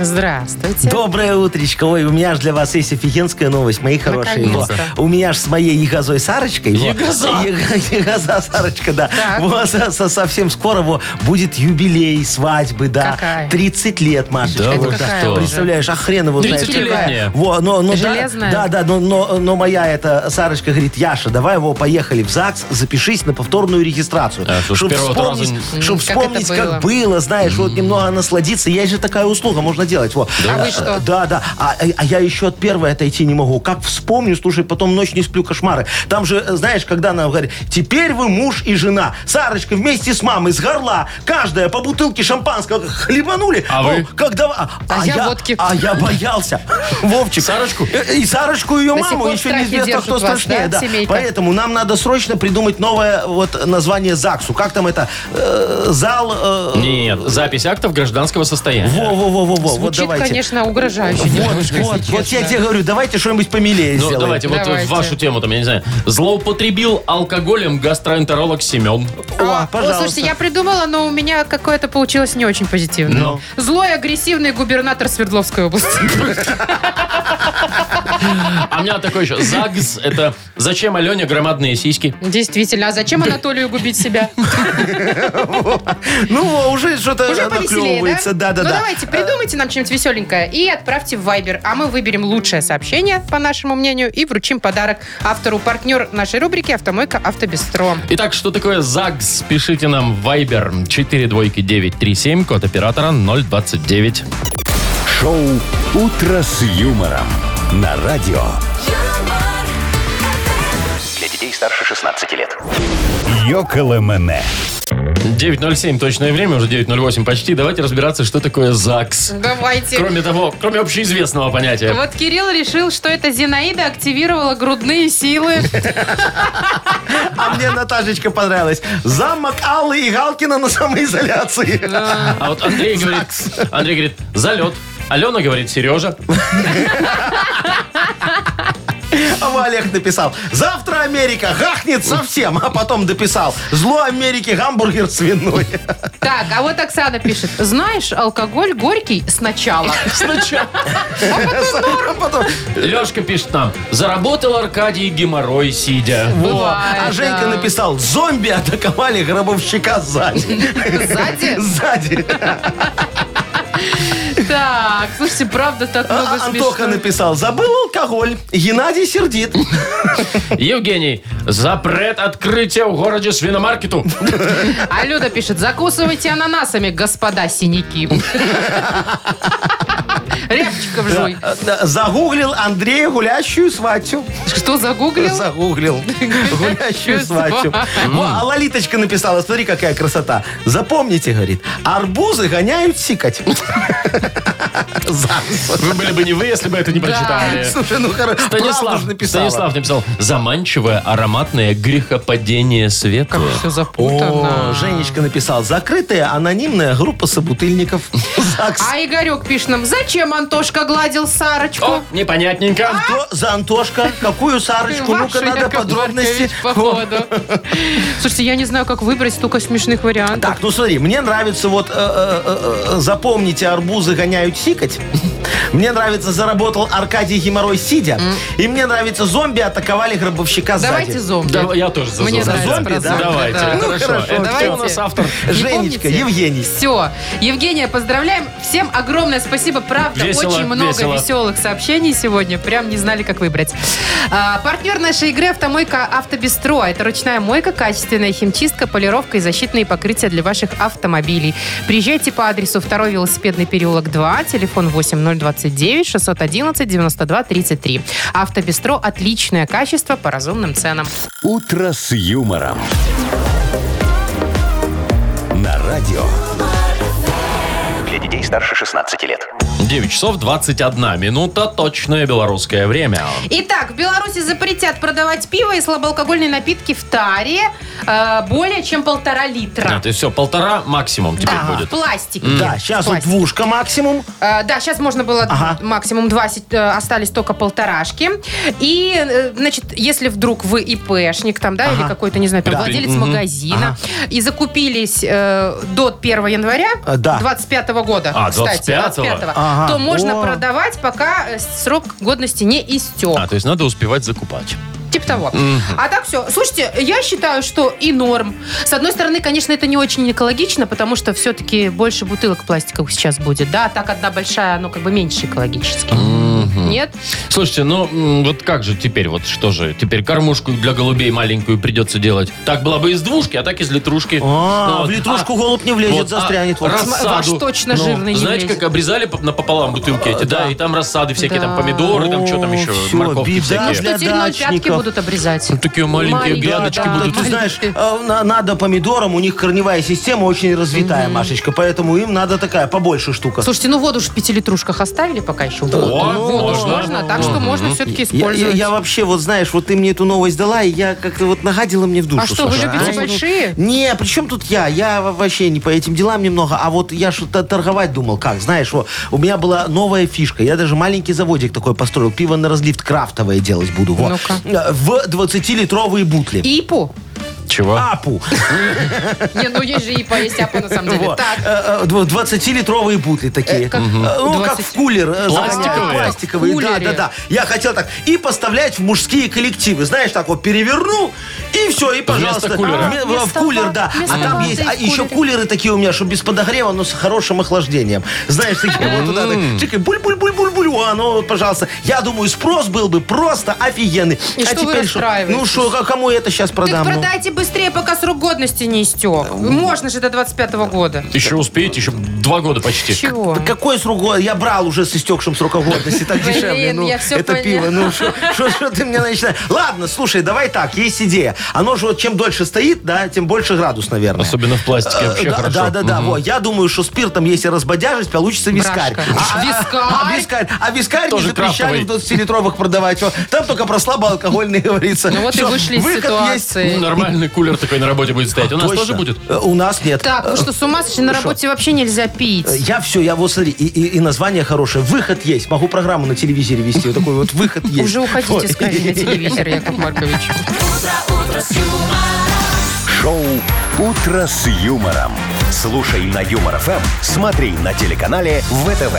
Speaker 3: Здравствуйте.
Speaker 4: Доброе утречко. Ой, у меня же для вас есть офигенская новость, мои хорошие. Во.
Speaker 3: Наконец-то.
Speaker 4: У меня же с моей ягозой Сарочкой. во.
Speaker 2: Ягоза?
Speaker 4: Яго- *laughs* Ягоза Сарочка, да.
Speaker 3: Так.
Speaker 4: Во, со- со- совсем скоро во, будет юбилей свадьбы, да.
Speaker 3: Какая?
Speaker 4: 30 лет, Машечка.
Speaker 2: Да
Speaker 4: вот,
Speaker 2: вы
Speaker 3: какая
Speaker 2: что?
Speaker 3: уже?
Speaker 4: Представляешь, а хрен его знает.
Speaker 2: 30-летняя.
Speaker 4: Во, но, но да-
Speaker 3: Железная?
Speaker 4: Да, да, но, но, но моя эта Сарочка говорит, Яша, давай его поехали в ЗАГС, запишись на повторную регистрацию.
Speaker 2: А, слушай,
Speaker 4: чтобы
Speaker 2: первого раза
Speaker 4: вспомнить,
Speaker 2: не-
Speaker 3: М,
Speaker 4: чтоб
Speaker 3: как это
Speaker 4: вспомнить, как
Speaker 3: было.
Speaker 4: было, знаешь, вот немного насладиться. Есть же такая услуга, можно делать. Во. Э,
Speaker 3: Да. А вы что?
Speaker 4: Да, да. А, а я еще от первой отойти не могу. Как вспомню, слушай, потом ночь не сплю, кошмары. Там же, э, знаешь, когда нам говорят, теперь вы муж и жена. Сарочка вместе с мамой с горла, каждая по бутылке шампанского хлебанули.
Speaker 2: А
Speaker 4: О,
Speaker 2: вы?
Speaker 4: Когда, а,
Speaker 3: А я водки.
Speaker 4: А я боялся. *laughs* Вовчик.
Speaker 2: Сарочку?
Speaker 4: Э, И Сарочку, и ее
Speaker 3: До сих
Speaker 4: маму.
Speaker 3: пор
Speaker 4: Еще
Speaker 3: страхи
Speaker 4: неизвестно,
Speaker 3: держат
Speaker 4: кто
Speaker 3: вас,
Speaker 4: страшнее.
Speaker 3: да,
Speaker 4: да.
Speaker 3: семейка?
Speaker 4: Поэтому нам надо срочно придумать новое вот название ЗАГСу. Как там это? Э, Зал... э,
Speaker 2: Нет, запись актов гражданского состояния.
Speaker 4: Во-во-во-во-во, вот
Speaker 3: Звучит,
Speaker 4: давайте.
Speaker 3: конечно, угрожающе.
Speaker 4: Вот,
Speaker 3: немножко,
Speaker 4: вот,
Speaker 3: если
Speaker 4: вот я
Speaker 3: честно.
Speaker 4: тебе говорю, давайте что-нибудь помилее
Speaker 2: Ну,
Speaker 4: сделаем.
Speaker 2: давайте, вот
Speaker 3: Давайте.
Speaker 2: в вашу тему, там, я не знаю. Злоупотребил алкоголем гастроэнтеролог Семен.
Speaker 4: О,
Speaker 3: О,
Speaker 4: пожалуйста.
Speaker 3: слушайте, я придумала, но у меня какое-то получилось не очень позитивное.
Speaker 4: Ну.
Speaker 3: Злой, агрессивный губернатор Свердловской области. *laughs*
Speaker 2: А у меня такой еще. ЗАГС – это зачем Алене громадные сиськи?
Speaker 3: Действительно, а зачем Анатолию губить
Speaker 4: *laughs*
Speaker 3: себя?
Speaker 4: Ну, во, уже что-то
Speaker 3: Уже повеселее,
Speaker 4: наклевывается.
Speaker 3: да?
Speaker 4: Да-да-да.
Speaker 3: Ну давайте, придумайте нам что-нибудь веселенькое и отправьте в Viber. А мы выберем лучшее сообщение, по нашему мнению, и вручим подарок автору. Партнер нашей рубрики «Автомойка Автобестро».
Speaker 2: Итак, что такое ЗАГС? Пишите нам в Viber 42937, код оператора 029.
Speaker 1: Шоу «Утро с юмором» на радио.
Speaker 5: Для детей старше 16 лет.
Speaker 1: Йоколэмэне.
Speaker 2: 9.07 точное время, уже 9.08 почти. Давайте разбираться, что такое ЗАГС.
Speaker 3: Давайте.
Speaker 2: Кроме того, кроме общеизвестного понятия.
Speaker 3: Вот Кирилл решил, что это Зинаида активировала грудные силы.
Speaker 4: А мне Наташечка понравилась. Замок Аллы и Галкина на самоизоляции.
Speaker 2: А вот Андрей говорит, Андрей говорит, залет. Алена говорит, Сережа.
Speaker 4: А вот Олег написал. Завтра Америка гахнет совсем. А потом дописал. Зло Америки гамбургер свиной.
Speaker 3: Так, а вот Оксана пишет. Знаешь, алкоголь горький
Speaker 4: *laughs*
Speaker 3: сначала.
Speaker 2: Сначала.
Speaker 4: А потом-
Speaker 2: Лешка пишет нам, заработал Аркадий геморрой сидя.
Speaker 3: Бывает,
Speaker 4: А Женька
Speaker 3: да.
Speaker 4: написал. Зомби атаковали гробовщика сзади.
Speaker 3: Сзади?
Speaker 4: *laughs* Сзади.
Speaker 3: Так, слушайте, правда так
Speaker 4: А
Speaker 3: много
Speaker 4: Антоха
Speaker 3: смешного.
Speaker 4: написал. Забыл алкоголь. Геннадий сердит.
Speaker 2: Евгений, запрет открытия в городе свиномаркету.
Speaker 3: А Люда пишет, закусывайте ананасами, господа
Speaker 4: *laughs*
Speaker 3: синяки. Рябчиков жуй.
Speaker 4: Э, да, Загуглил Андрея гулящую сватью.
Speaker 3: Что загуглил?
Speaker 4: Загуглил. Гулящую сватью. Во, А Лолиточка написала, смотри, какая красота. Запомните, говорит, арбузы гоняют *laughs* сикать. Загс.
Speaker 2: Вы были бы не вы, если бы это не прочитали.
Speaker 4: Слушай, ну хорошо.
Speaker 2: Станислав, Станислав написал заманчивое ароматное грехопадение света.
Speaker 3: Все
Speaker 4: О,
Speaker 3: запутано.
Speaker 4: Женечка написал, закрытая анонимная группа собутыльников. Загс.
Speaker 3: А Игорек пишет нам, зачем Антошка гладил Сарочку?
Speaker 2: О, непонятненько.
Speaker 4: Кто за Антошка? Какую Сарочку?
Speaker 3: Вашу,
Speaker 4: Ну-ка, надо
Speaker 3: Яков
Speaker 4: подробности.
Speaker 3: Маркович, походу.
Speaker 4: *laughs*
Speaker 3: Слушайте, я не знаю, как выбрать столько смешных вариантов.
Speaker 4: Так, ну смотри, мне нравится вот э, э, э, э, запомните, арбузы гоняют сикать. Мне нравится, заработал Аркадий геморрой сидя. И мне нравится, зомби атаковали гробовщика сзади.
Speaker 3: Давайте зомби.
Speaker 2: Да, я тоже за
Speaker 3: Мне
Speaker 2: зомби.
Speaker 3: нравится
Speaker 4: зомби,
Speaker 3: про
Speaker 4: да?
Speaker 3: зомби,
Speaker 2: Давайте, Ну,
Speaker 3: да. Ну,
Speaker 2: хорошо.
Speaker 4: хорошо,
Speaker 2: Это
Speaker 3: давайте.
Speaker 2: кто у нас автор?
Speaker 4: Женечка,
Speaker 3: помните?
Speaker 4: Евгений.
Speaker 3: Все. Евгения, поздравляем. Всем огромное спасибо. Правда,
Speaker 2: Весело,
Speaker 3: очень много
Speaker 2: весело.
Speaker 3: веселых сообщений сегодня. Прям не знали, как выбрать. А, партнер нашей игры «Автомойка Автобестро». Это ручная мойка, качественная химчистка, полировка и защитные покрытия для ваших автомобилей. Приезжайте по адресу 2 велосипедный переулок 2, телефон 8029 611 92 33. «Автобестро» – отличное качество по разумным ценам.
Speaker 1: «Утро с юмором». На радио.
Speaker 5: Для детей старше 16 лет.
Speaker 2: 9 часов 21 минута, точное белорусское время.
Speaker 3: Итак, в Беларуси запретят продавать пиво и слабоалкогольные напитки в таре э, более чем полтора
Speaker 2: А,
Speaker 3: литра.
Speaker 2: то есть все, полтора максимум теперь
Speaker 3: Да, в
Speaker 2: будет.
Speaker 3: пластике.
Speaker 4: Да, сейчас
Speaker 3: В
Speaker 4: вот
Speaker 3: пластике.
Speaker 4: двушка максимум.
Speaker 3: Э, да, сейчас можно было
Speaker 4: Ага.
Speaker 3: максимум два, си- э, остались только полторашки. И, э, значит, если вдруг вы ИПшник там, да, или какой-то, не знаю, там,
Speaker 4: Да.
Speaker 3: владелец
Speaker 2: Мгм.
Speaker 3: магазина, и закупились э, до 1 января
Speaker 4: Э, да.
Speaker 3: 25 года,
Speaker 2: А,
Speaker 3: кстати,
Speaker 2: 25-го.
Speaker 3: 25-го,
Speaker 4: Ага.
Speaker 3: то можно
Speaker 4: О.
Speaker 3: продавать, пока э, срок годности не истек.
Speaker 2: А, то есть надо успевать закупать.
Speaker 3: Типа того. А так все. Слушайте, я считаю, что и норм. С одной стороны, конечно, это не очень экологично, потому что все-таки больше бутылок пластиковых сейчас будет. Да, А так одна большая, ну, как бы меньше экологически. Нет?
Speaker 2: Слушайте, ну м, вот как же теперь, вот что же, теперь кормушку для голубей маленькую придется делать. Так была бы из двушки, а так из
Speaker 3: Ну
Speaker 2: литрушки. Ну,
Speaker 4: А,
Speaker 2: Вот.
Speaker 4: в литрушку голубь не влезет,
Speaker 2: вот, а,
Speaker 4: застрянет. вот.
Speaker 2: раз- Рассаду.
Speaker 3: Ваш точно
Speaker 2: Ну,
Speaker 3: жирный не
Speaker 2: Знаете,
Speaker 3: влезет.
Speaker 2: как обрезали поп- напополам бутылки эти, да, и там рассады всякие, там
Speaker 3: Да.
Speaker 2: помидоры, там что там еще,
Speaker 4: О, всё,
Speaker 2: морковки
Speaker 4: беда.
Speaker 3: Ну
Speaker 2: всякие.
Speaker 3: что, теперь ноль пятки
Speaker 4: дачников.
Speaker 3: будут обрезать.
Speaker 2: Ну, такие маленькие
Speaker 3: Маленькие,
Speaker 2: бедочки
Speaker 3: да.
Speaker 2: будут. а-
Speaker 4: Ты знаешь,
Speaker 3: Ты-
Speaker 4: э, на- надо помидорам, у них корневая система очень развитая, Машечка, поэтому им надо такая побольше штука.
Speaker 3: Слушайте, ну воду же в пятилитрушках оставили пока еще. Воду, воду ж
Speaker 2: можно.
Speaker 3: можно, так что можно все-таки
Speaker 4: Я, я-
Speaker 3: использовать.
Speaker 4: я вообще, вот знаешь, вот ты мне эту новость дала, и я как-то вот нагадила мне в душу.
Speaker 3: А что, вы
Speaker 4: Саша.
Speaker 3: любите
Speaker 4: А?
Speaker 3: большие?
Speaker 4: Не, при чем тут я? Я во- вообще не по этим делам немного, а вот я что-то торговать думал, как, знаешь, вот, у меня была новая фишка, я даже маленький заводик такой построил, пиво на разлив крафтовое делать буду, во.
Speaker 3: Ну-ка.
Speaker 4: Э, в 20-литровые бутли.
Speaker 3: Ипу?
Speaker 2: Чего?
Speaker 4: Апу.
Speaker 3: Не, ну есть же ипа, есть апа
Speaker 2: *laughs*
Speaker 3: на самом деле.
Speaker 4: Вот.
Speaker 3: Так,
Speaker 4: Э, э, дв- 20-литровые бутли такие.
Speaker 3: Э, как-
Speaker 4: Э, Ну, как
Speaker 3: 20?
Speaker 4: в кулер. э,
Speaker 2: Пластиковые?
Speaker 4: загоняют. Пластиковые, да,
Speaker 3: Кулере.
Speaker 4: да, да. Я хотел так. И поставлять в мужские коллективы. Знаешь, так вот переверну, и все, и пожалуйста.
Speaker 2: кулера.
Speaker 4: Вме-
Speaker 3: А, вместо
Speaker 4: В кулер,
Speaker 3: ват-
Speaker 4: да.
Speaker 3: вместо
Speaker 4: А там
Speaker 3: ваты
Speaker 4: есть
Speaker 3: в
Speaker 4: а, еще
Speaker 3: кулере.
Speaker 4: кулеры такие у меня, что без подогрева, но с хорошим охлаждением. Знаешь, такие вот туда. так, Чикай, буль-буль-буль-буль-буль. а, Ну, вот, пожалуйста. Я думаю, спрос был бы просто офигенный.
Speaker 3: И
Speaker 4: а
Speaker 3: что вы
Speaker 4: теперь шо?
Speaker 3: расстраиваетесь?
Speaker 4: Ну что, кому я это сейчас
Speaker 3: так
Speaker 4: продам? ну?
Speaker 3: продайте быстрее, пока срок годности не истек. Можно же до 25 года.
Speaker 2: Еще успеете, еще два года почти.
Speaker 3: Чего?
Speaker 4: Да Какой срок го- Я брал уже с истекшим сроком годности,
Speaker 3: *laughs*
Speaker 4: так
Speaker 3: Блин,
Speaker 4: дешевле. Ну,
Speaker 3: я всё
Speaker 4: это
Speaker 3: поняла.
Speaker 4: пиво. Ну, что ты мне начинаешь? Ладно, слушай, давай так, есть идея. Оно же вот чем дольше стоит, да, тем больше градус, наверное.
Speaker 2: Особенно в пластике
Speaker 4: Э,
Speaker 2: вообще
Speaker 4: да,
Speaker 2: хорошо.
Speaker 4: Да, да, да. Во, я думаю, что спиртом, если разбодяжить, получится вискарь.
Speaker 3: Брашка.
Speaker 4: А- а-
Speaker 3: Вискарь?
Speaker 4: А вискарь, а вискарь не
Speaker 2: Тоже крафтовый.
Speaker 4: запрещали в 20-литровых продавать. Во, Там только про слабоалкогольный *laughs* говорится.
Speaker 3: Ну вот и
Speaker 4: Всё,
Speaker 3: вышли из
Speaker 4: выход есть.
Speaker 3: ситуации.
Speaker 2: Ну, Нормальный кулер такой на работе будет стоять. У нас
Speaker 4: Точно.
Speaker 2: тоже будет?
Speaker 4: Э, У нас нет.
Speaker 3: Так, вы что, с ума сошли? На работе вообще нельзя пить.
Speaker 4: Я все, я вот смотри, и, и- и название хорошее. Выход есть. Могу программу на телевизоре вести. Вот такой
Speaker 3: *laughs*
Speaker 4: вот выход есть.
Speaker 3: Уже
Speaker 4: Вот.
Speaker 3: уходите с кабины телевизора, Яков Маркович.
Speaker 1: Шоу «Утро с юмором». Слушай на Юмор ФМ, смотри на телеканале ВТВ.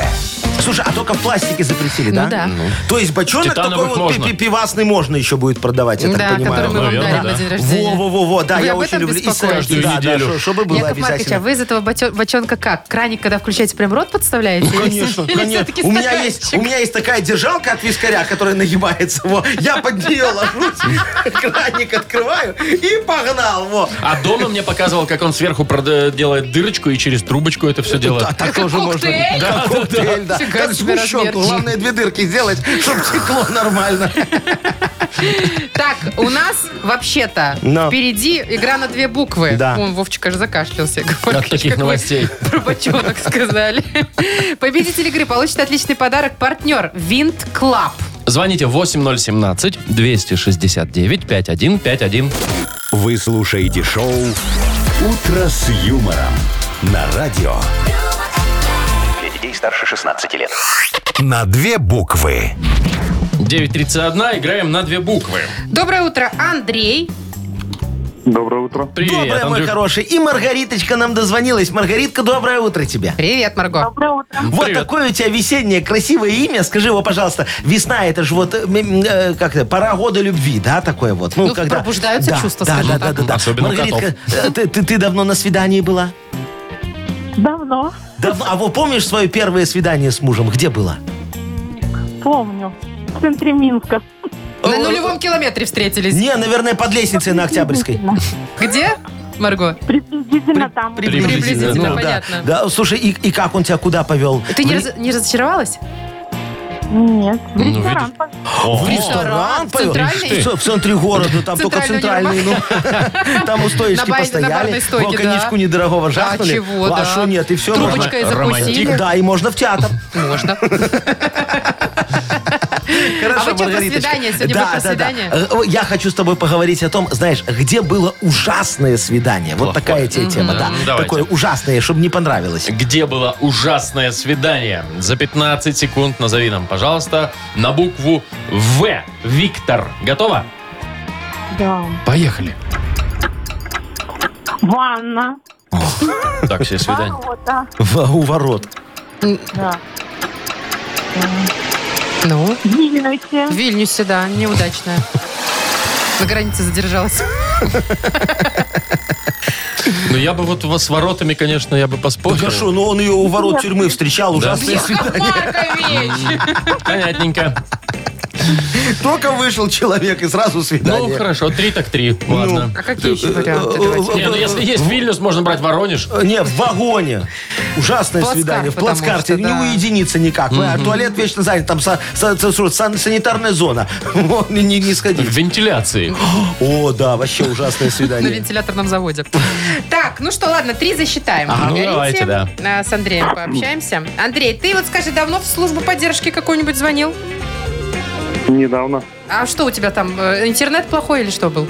Speaker 4: *laughs* Слушай, а только в пластике запретили, да?
Speaker 3: Ну да. Ну.
Speaker 4: То есть бочонок такой
Speaker 2: Титановых
Speaker 4: вот
Speaker 2: можно.
Speaker 4: пи- пи- пивасный можно еще будет продавать, я
Speaker 3: Да,
Speaker 4: так
Speaker 3: который мы
Speaker 4: понимаю.
Speaker 3: вам
Speaker 2: Наверное,
Speaker 3: дарим
Speaker 2: да.
Speaker 3: на день рождения.
Speaker 4: Во-во-во, да,
Speaker 3: Вы
Speaker 4: я
Speaker 3: об
Speaker 4: очень
Speaker 3: этом
Speaker 4: люблю. И
Speaker 3: беспокоитесь?
Speaker 4: сырки, да, да,
Speaker 2: Неделю.
Speaker 4: шо- чтобы было
Speaker 3: Яков Маркович, а
Speaker 4: обязательно.
Speaker 3: вы из этого бочо- бочонка как? Краник, когда включаете, прям рот подставляете?
Speaker 4: Ну, конечно,
Speaker 3: Или
Speaker 4: конечно.
Speaker 3: всё-таки
Speaker 4: У меня, есть,
Speaker 3: стаканчик?
Speaker 4: у меня есть такая держалка от вискаря, которая нагибается. Во. Я под нее ложусь, *laughs* краник открываю и погнал. Во.
Speaker 2: А дома мне показывал, как он сверху прода- делает дырочку и через трубочку это все делает.
Speaker 4: Да, А так
Speaker 3: Это
Speaker 4: тоже можно.
Speaker 3: коктейль?
Speaker 4: Да, коктейль, да.
Speaker 3: Фига
Speaker 4: Как
Speaker 3: себе
Speaker 4: сгущенку.
Speaker 3: размерчик.
Speaker 4: Главное две дырки сделать, чтобы текло нормально.
Speaker 3: Так, у нас вообще-то
Speaker 4: Но.
Speaker 3: впереди игра на две буквы.
Speaker 4: Да.
Speaker 3: Он, Вовчик аж закашлялся. Яков Маркович,
Speaker 2: таких
Speaker 3: как вы
Speaker 2: новостей.
Speaker 3: Про бочонок сказали. Победитель игры получит отличный подарок. Партнер Винт Клаб.
Speaker 2: Звоните 8017-269-5151.
Speaker 1: Вы слушаете шоу «Утро с юмором» на радио.
Speaker 5: Для детей старше 16 лет.
Speaker 1: На две буквы.
Speaker 2: 9.31, играем на две буквы.
Speaker 3: Доброе утро, Андрей.
Speaker 7: Доброе утро.
Speaker 2: Привет,
Speaker 4: Доброе, мой
Speaker 2: Андрюх.
Speaker 4: хороший. И Маргариточка нам дозвонилась. Маргаритка, доброе утро тебе.
Speaker 3: Привет, Марго.
Speaker 8: Доброе утро.
Speaker 4: Вот
Speaker 2: Привет.
Speaker 4: такое у тебя весеннее красивое имя. Скажи его, пожалуйста. Весна, это же вот э, м, э, как это, пора года любви, да, такое вот.
Speaker 3: Ну, пробуждаются
Speaker 4: да,
Speaker 3: чувства,
Speaker 4: да,
Speaker 3: скажем
Speaker 4: да,
Speaker 3: так.
Speaker 4: да, да, да.
Speaker 2: Особенно у
Speaker 4: Маргаритка, э, ты, ты- ты давно на свидании была?
Speaker 8: Давно.
Speaker 4: Давно. А вот помнишь свое первое свидание с мужем? Где было?
Speaker 8: Помню. В центре Минска.
Speaker 3: На нулевом километре встретились.
Speaker 4: Не, наверное, под лестницей на Октябрьской.
Speaker 3: Где, Марго?
Speaker 8: Приблизительно там.
Speaker 2: Приблизительно,
Speaker 3: Приблизительно,
Speaker 4: Ну, да,
Speaker 3: понятно.
Speaker 4: да. Слушай, и, и как он тебя куда повел?
Speaker 3: Ты не,
Speaker 4: В
Speaker 3: раз- не разочаровалась?
Speaker 8: Нет. В
Speaker 2: Ну,
Speaker 8: ресторан.
Speaker 2: видишь.
Speaker 8: пошли.
Speaker 2: О,
Speaker 4: В ресторан
Speaker 3: В центральный?
Speaker 4: повел? В, в центре города, там только
Speaker 3: Центральный
Speaker 4: центральный. Ну, там у
Speaker 3: На
Speaker 4: стоечки
Speaker 3: баре- на барной
Speaker 4: постояли.
Speaker 3: стойке,
Speaker 4: вон,
Speaker 3: да.
Speaker 4: коньячку недорогого
Speaker 3: Да,
Speaker 4: жахнули.
Speaker 3: чего,
Speaker 4: а
Speaker 3: да.
Speaker 4: что нет, и все.
Speaker 3: Трубочкой закусили.
Speaker 2: романтик.
Speaker 4: Да, и можно в театр.
Speaker 3: Можно.
Speaker 4: Хорошо,
Speaker 3: А вы чё, про
Speaker 4: Маргариточка.
Speaker 3: свидание? Сегодня вы
Speaker 4: да,
Speaker 3: про
Speaker 4: да, да.
Speaker 3: свидание?
Speaker 4: Э, о, Я хочу с тобой поговорить о том, знаешь, где было ужасное свидание. Вот
Speaker 2: Плохое.
Speaker 4: такая тебе тема, да.
Speaker 2: Мгм, давайте.
Speaker 4: Такое ужасное, чтобы не понравилось.
Speaker 2: Где было ужасное свидание? За 15 секунд назови нам, пожалуйста, на букву В. Виктор. Готово?
Speaker 8: Да.
Speaker 2: Поехали.
Speaker 8: Ванна.
Speaker 2: Так, все свидания.
Speaker 8: Ворота.
Speaker 4: В- У ворот.
Speaker 8: Да.
Speaker 3: Ну,
Speaker 8: Дивиноте.
Speaker 3: в Вильнюсе, да, неудачная. На границе задержалась.
Speaker 2: Ну, я бы вот у вас с воротами, конечно, я бы поспорил.
Speaker 4: Ну, Хорошо, но он ее у ворот тюрьмы встречал, ужасные
Speaker 3: Яков
Speaker 4: свидания.
Speaker 3: Маркович!
Speaker 2: Понятненько.
Speaker 4: *laughs* Только вышел человек и сразу
Speaker 2: Ну,
Speaker 4: свидание.
Speaker 2: хорошо, три так три. Ладно.
Speaker 3: А какие еще варианты? Давайте.
Speaker 2: Не, ну если есть Вильнюс, можно брать Воронеж.
Speaker 4: э, Не, в вагоне. Ужасное
Speaker 3: Плацкарт,
Speaker 4: свидание. В
Speaker 3: потому
Speaker 4: плацкарте.
Speaker 3: что,
Speaker 4: Не
Speaker 3: да.
Speaker 4: уединиться никак. А Туалет вечно занят. Там са- са- са- са- сан- санитарная зона. *laughs* Вот, Не не- не
Speaker 2: В
Speaker 4: сходить.
Speaker 2: вентиляции.
Speaker 4: О, да,
Speaker 3: *laughs*
Speaker 4: вообще ужасное
Speaker 3: На
Speaker 4: свидание.
Speaker 3: вентиляторном заводе. *laughs* Так, ну что, ладно, три засчитаем.
Speaker 2: Ага, ну давайте,
Speaker 3: Говорите.
Speaker 2: да.
Speaker 3: А, С Андреем пообщаемся. Андрей, ты вот скажи, давно в службу поддержки какую-нибудь звонил?
Speaker 7: Недавно.
Speaker 3: А что у тебя там, э, интернет плохой или что был?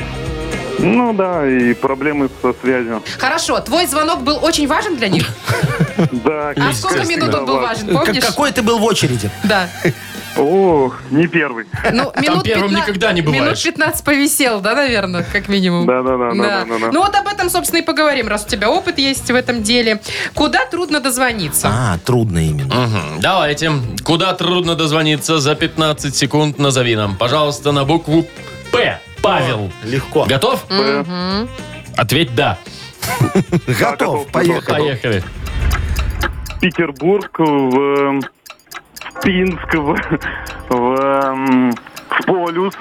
Speaker 7: Ну да, и проблемы со связью.
Speaker 3: Хорошо, твой звонок был очень важен для них?
Speaker 7: *laughs* Да,
Speaker 3: А сколько минут он был важен,
Speaker 4: Как-
Speaker 3: помнишь?
Speaker 4: Какой ты был в очереди?
Speaker 3: Да.
Speaker 7: Ох, не первый.
Speaker 3: Ну, минут
Speaker 2: первым
Speaker 3: 15
Speaker 2: никогда не
Speaker 3: Минут
Speaker 2: бываешь.
Speaker 3: 15 повисел, да, наверное, как минимум?
Speaker 7: Да-да-да, да-да-да.
Speaker 3: Ну вот об этом, собственно, и поговорим, раз у тебя опыт есть в этом деле. Куда трудно дозвониться?
Speaker 4: А, трудно именно.
Speaker 2: Мгм. Давайте. Куда трудно дозвониться за 15 секунд, назови нам, пожалуйста, на букву П. Павел.
Speaker 4: Легко.
Speaker 2: Готов? Ответь «да».
Speaker 4: Готов,
Speaker 7: готов,
Speaker 4: поехали.
Speaker 2: Поехали.
Speaker 7: Петербург, в, эм, в Пинск, в, в, м, в Полюс,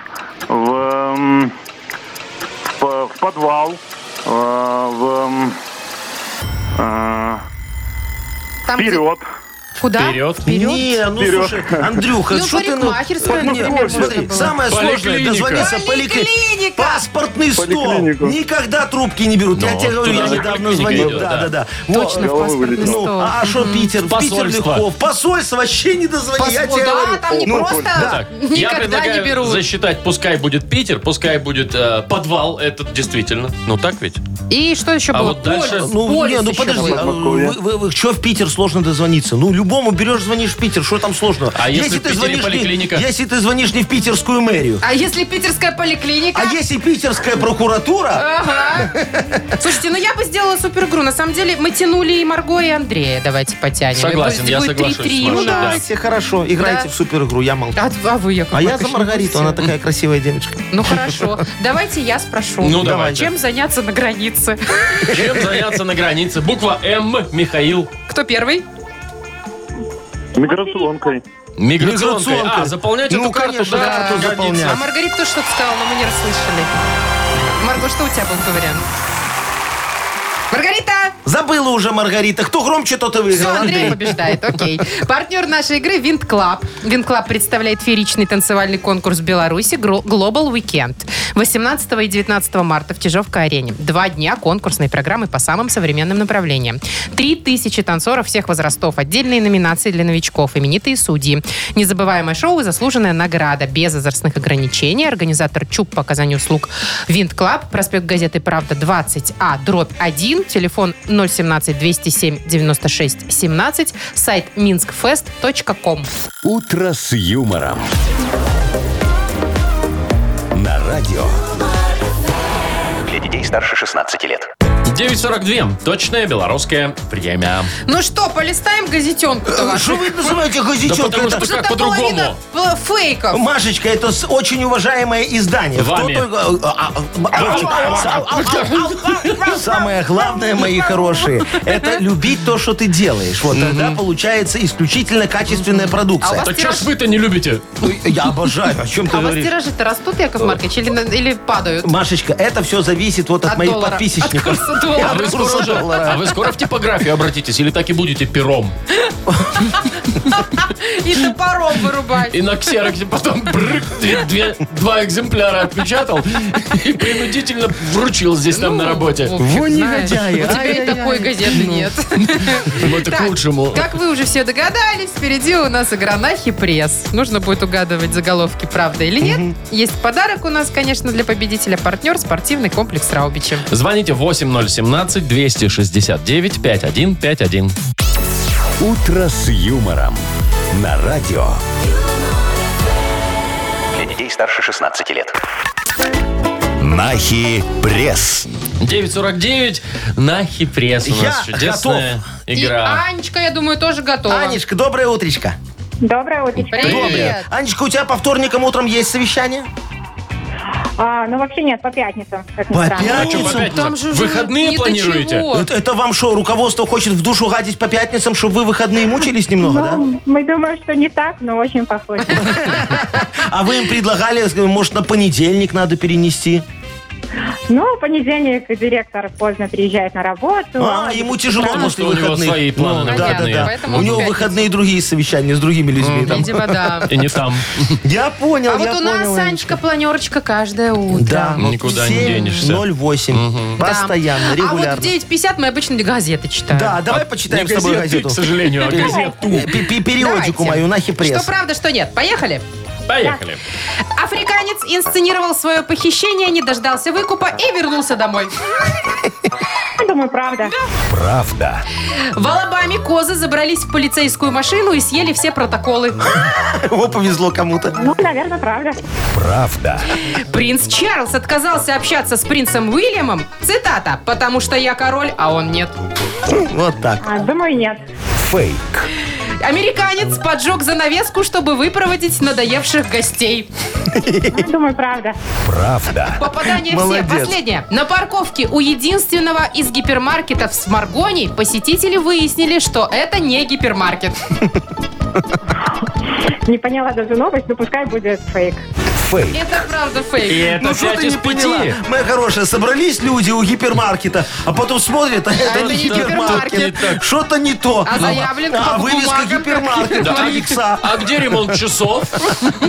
Speaker 7: в, м, в по- в подвал, э, в, эм, м, э,
Speaker 3: Там, где-
Speaker 7: вперед.
Speaker 3: Куда?
Speaker 2: Вперед.
Speaker 4: Не, ну
Speaker 7: Вперед.
Speaker 4: слушай, Андрюха,
Speaker 3: Ну,
Speaker 4: что ты... ну,
Speaker 3: парикмахерская,
Speaker 4: не,
Speaker 3: например, можно
Speaker 4: смотри,
Speaker 3: было.
Speaker 4: самое сложное,
Speaker 2: Поликлиника.
Speaker 4: дозвониться в поликли-
Speaker 3: Поликлиника.
Speaker 4: Паспортный стол.
Speaker 7: Поликлинику.
Speaker 4: Никогда трубки не берут. Я
Speaker 2: Ну,
Speaker 4: тебе говорю, я
Speaker 2: туда же
Speaker 4: недавно
Speaker 2: поликлиника
Speaker 4: звонил.
Speaker 2: идет,
Speaker 4: Да, да,
Speaker 2: да.
Speaker 4: да.
Speaker 3: Точно, в
Speaker 4: Вот.
Speaker 3: паспортный
Speaker 4: Ну,
Speaker 3: стол.
Speaker 4: а что Питер? В Питер
Speaker 2: Посольство.
Speaker 4: легко. В посольство вообще не дозвони. Я
Speaker 3: Паспорт.
Speaker 4: тебе
Speaker 3: Да,
Speaker 4: говорю.
Speaker 3: там не
Speaker 4: Ну,
Speaker 3: просто
Speaker 2: Так, я
Speaker 3: никогда
Speaker 2: предлагаю
Speaker 3: не берут.
Speaker 2: засчитать, пускай будет Питер, пускай будет э, подвал этот, действительно. Ну так ведь?
Speaker 3: И что еще
Speaker 2: А
Speaker 3: было?
Speaker 2: вот дальше-
Speaker 3: Полис,
Speaker 4: Ну,
Speaker 3: полис
Speaker 4: не, ну
Speaker 3: еще
Speaker 4: подожди,
Speaker 3: был.
Speaker 4: а,
Speaker 7: Подмосковье.
Speaker 4: вы- вы- вы- чё в Питер сложно дозвониться? Ну, любому берешь, звонишь в Питер, что там сложного?
Speaker 2: А если в Питере
Speaker 4: звонишь не-
Speaker 2: поликлиника?
Speaker 4: если ты звонишь не в питерскую мэрию,
Speaker 3: А если питерская поликлиника?
Speaker 4: а если питерская прокуратура,
Speaker 3: Ага. Слушайте, ну я бы сделала супергру. На самом деле мы тянули и Марго, и Андрея. Давайте потянем.
Speaker 2: Согласен,
Speaker 3: И
Speaker 2: я
Speaker 3: будет
Speaker 2: соглашусь с
Speaker 3: 3-3
Speaker 2: Машей,
Speaker 3: у
Speaker 2: да.
Speaker 3: нас.
Speaker 4: Ну Давайте, хорошо, играйте
Speaker 3: Да.
Speaker 4: в супер игру, я молчу.
Speaker 3: А, а вы, Яков
Speaker 4: А я
Speaker 3: Маркович,
Speaker 4: за
Speaker 3: не
Speaker 4: Маргариту,
Speaker 3: будете?
Speaker 4: она такая красивая девочка.
Speaker 3: Ну хорошо, давайте я спрошу.
Speaker 2: Ну, давайте.
Speaker 3: Чем заняться на границе?
Speaker 2: Чем заняться на границе? Буква М, Михаил.
Speaker 3: Кто первый?
Speaker 7: Миграционкой.
Speaker 2: Миграционкой. А, заполнять
Speaker 4: Ну,
Speaker 2: эту карту,
Speaker 4: конечно,
Speaker 2: да,
Speaker 4: карту
Speaker 2: на границе.
Speaker 4: заполнять.
Speaker 3: А Маргарита тоже что-то сказала, но мы не расслышали. Марго, что у тебя был за вариант? Маргарита!
Speaker 4: Забыла уже Маргарита. Кто громче, тот и
Speaker 3: Все,
Speaker 4: выиграл.
Speaker 3: Андрей побеждает, окей. Партнер нашей игры Винт Клаб. Винт Клаб представляет фееричный танцевальный конкурс Беларуси Гро- Global Weekend. 18 и 19 марта в Чижовка-арене. Два дня конкурсной программы по самым современным направлениям. Три тысячи танцоров всех возрастов. Отдельные номинации для новичков. Именитые судьи. Незабываемое шоу и заслуженная награда. Без возрастных ограничений. Организатор ЧУП по оказанию услуг Винт Клаб. Проспект газеты «Правда» 20А, дробь 1. Телефон 017-207-96-17. Сайт minskfest.com.
Speaker 1: «Утро с юмором». На радио.
Speaker 5: Для детей старше 16 лет.
Speaker 2: 9.42. Точное белорусское время.
Speaker 3: Ну что, полистаем газетенку-то
Speaker 4: Э, Что
Speaker 3: вашу?
Speaker 4: вы называете
Speaker 2: Да
Speaker 4: газетчет?
Speaker 2: потому
Speaker 4: Это-
Speaker 2: что- Как
Speaker 3: Что-то
Speaker 2: по-другому?
Speaker 3: половина п- Э, фейков.
Speaker 4: Машечка, это с- очень уважаемое издание. Кто
Speaker 2: Вами.
Speaker 4: только- а, а, а, а, а, а, Самое главное, мои хорошие, это любить то, что ты делаешь. Вот тогда получается исключительно качественная продукция.
Speaker 3: А
Speaker 2: Да чё
Speaker 3: тираж-
Speaker 2: ж вы-то не любите?
Speaker 4: Ой, Я обожаю. О чем ты
Speaker 3: А у вас
Speaker 4: говоришь? Э,
Speaker 3: тиражи-то растут, Яков Маркович, или, на- или падают?
Speaker 4: Машечка, это все зависит вот от,
Speaker 3: От
Speaker 4: моих
Speaker 3: доллара.
Speaker 4: подписчиков.
Speaker 3: От курса доллара.
Speaker 4: Я *laughs*
Speaker 2: А вы,
Speaker 4: от
Speaker 2: скоро
Speaker 4: курса
Speaker 2: уже-
Speaker 4: доллара.
Speaker 2: а вы скоро в типографию обратитесь или так и будете пером?
Speaker 3: И топором вырубать.
Speaker 2: И на ксероксе потом брык, две- две- два экземпляра отпечатал и принудительно вручил здесь нам на
Speaker 3: Ну,
Speaker 2: работе.
Speaker 3: Вон
Speaker 4: негодяи,
Speaker 3: У тебя и такой газеты нет.
Speaker 2: Ну, это к
Speaker 3: Так,
Speaker 2: лучшему.
Speaker 3: Как вы уже все догадались, впереди у нас игра на пресс. Нужно будет угадывать заголовки, правда или нет. Есть подарок у нас, конечно, для победителя. Партнер спортивный комплекс Раубичи.
Speaker 2: Звоните 8017-269-5151.
Speaker 1: «Утро с юмором». На радио.
Speaker 5: Для детей старше 16 лет.
Speaker 1: Нахи пресс.
Speaker 2: 949 на хипресс у
Speaker 4: Я
Speaker 2: нас чудесная игра.
Speaker 3: И Анечка, я думаю, тоже готова.
Speaker 4: Анечка, доброе утречко.
Speaker 8: Доброе утро.
Speaker 3: Привет.
Speaker 4: Анечка, у тебя по вторникам утром есть совещание?
Speaker 8: А, ну вообще нет, по пятницам. Как ни
Speaker 4: По
Speaker 8: странно.
Speaker 4: пятницам?
Speaker 2: Что, по
Speaker 4: а, Там
Speaker 2: пятницам?
Speaker 3: же уже
Speaker 2: Выходные
Speaker 3: ни до
Speaker 2: планируете? Ну,
Speaker 3: чего.
Speaker 4: Это, это вам что, руководство хочет в душу гадить по пятницам, чтобы вы выходные мучились немного, да?
Speaker 8: Ну, мы думаем, что не так, но
Speaker 4: *laughs*
Speaker 8: очень похоже.
Speaker 4: А вы им предлагали, может, на понедельник надо перенести?
Speaker 8: Ну, в понедельник директор поздно приезжает на
Speaker 3: Ну,
Speaker 8: работу.
Speaker 4: А, ему тяжело
Speaker 8: Да.
Speaker 4: после
Speaker 2: Потому что у него
Speaker 4: выходных. Ну,
Speaker 2: свои планы на
Speaker 4: да, да,
Speaker 2: выходные.
Speaker 4: да.
Speaker 3: Поэтому
Speaker 4: У
Speaker 3: в
Speaker 4: него
Speaker 3: пятницу.
Speaker 4: выходные другие совещания с другими людьми. там.
Speaker 3: Видимо, да.
Speaker 2: И не там.
Speaker 4: Я понял,
Speaker 3: А вот
Speaker 4: *laughs* я
Speaker 3: у
Speaker 4: понял,
Speaker 3: нас, Санечка, планерочка каждое утро.
Speaker 4: Да, вот
Speaker 2: Ну, Никуда не
Speaker 4: 7,
Speaker 2: денешься.
Speaker 4: 0,8.
Speaker 3: Да.
Speaker 4: Постоянно,
Speaker 3: А вот
Speaker 4: регулярно.
Speaker 3: в 9.50 мы обычно газеты читаем.
Speaker 4: Да,
Speaker 2: А
Speaker 4: давай почитаем с тобой газету.
Speaker 2: к сожалению, а газету.
Speaker 4: Э, пе- пе- Переводчику
Speaker 3: Давайте.
Speaker 4: мою, нахи
Speaker 3: Что
Speaker 4: пресс.
Speaker 3: правда, что нет. Поехали.
Speaker 2: Поехали.
Speaker 3: Африканец инсценировал свое похищение, не дождался выкупа и вернулся домой.
Speaker 8: Я «Ну, думаю, правда.
Speaker 1: Правда.
Speaker 3: В Алабаме козы забрались в полицейскую машину и съели все протоколы.
Speaker 4: О, повезло кому-то.
Speaker 8: Ну, наверное, правда.
Speaker 1: Правда.
Speaker 3: Принц Чарльз отказался общаться с принцем Уильямом, цитата, «потому что я король, а он нет».
Speaker 4: Вот так.
Speaker 8: А, думаю, нет.
Speaker 1: Фейк.
Speaker 3: Американец поджег занавеску, чтобы выпроводить надоевших гостей.
Speaker 8: Ну, Думаю, правда.
Speaker 1: Правда.
Speaker 3: Попадание все.
Speaker 4: Молодец.
Speaker 3: Последнее. На парковке у единственного из гипермаркетов с Маргони посетители выяснили, что это не гипермаркет.
Speaker 8: Не поняла даже новость, но пускай будет фейк.
Speaker 1: Фейк.
Speaker 3: Это правда
Speaker 2: И
Speaker 3: фейк. Ну
Speaker 2: это
Speaker 4: что
Speaker 2: пять из пяти.
Speaker 4: Моя хорошая, собрались люди у гипермаркета, а потом смотрят, а это
Speaker 3: это
Speaker 4: не
Speaker 3: не гипермаркет.
Speaker 4: гипермаркет. Что-то не то.
Speaker 3: А заявлен
Speaker 4: А
Speaker 3: как
Speaker 4: вывеска
Speaker 3: бумага.
Speaker 4: гипермаркет,
Speaker 2: Да.
Speaker 4: три икса.
Speaker 2: А где ремонт часов?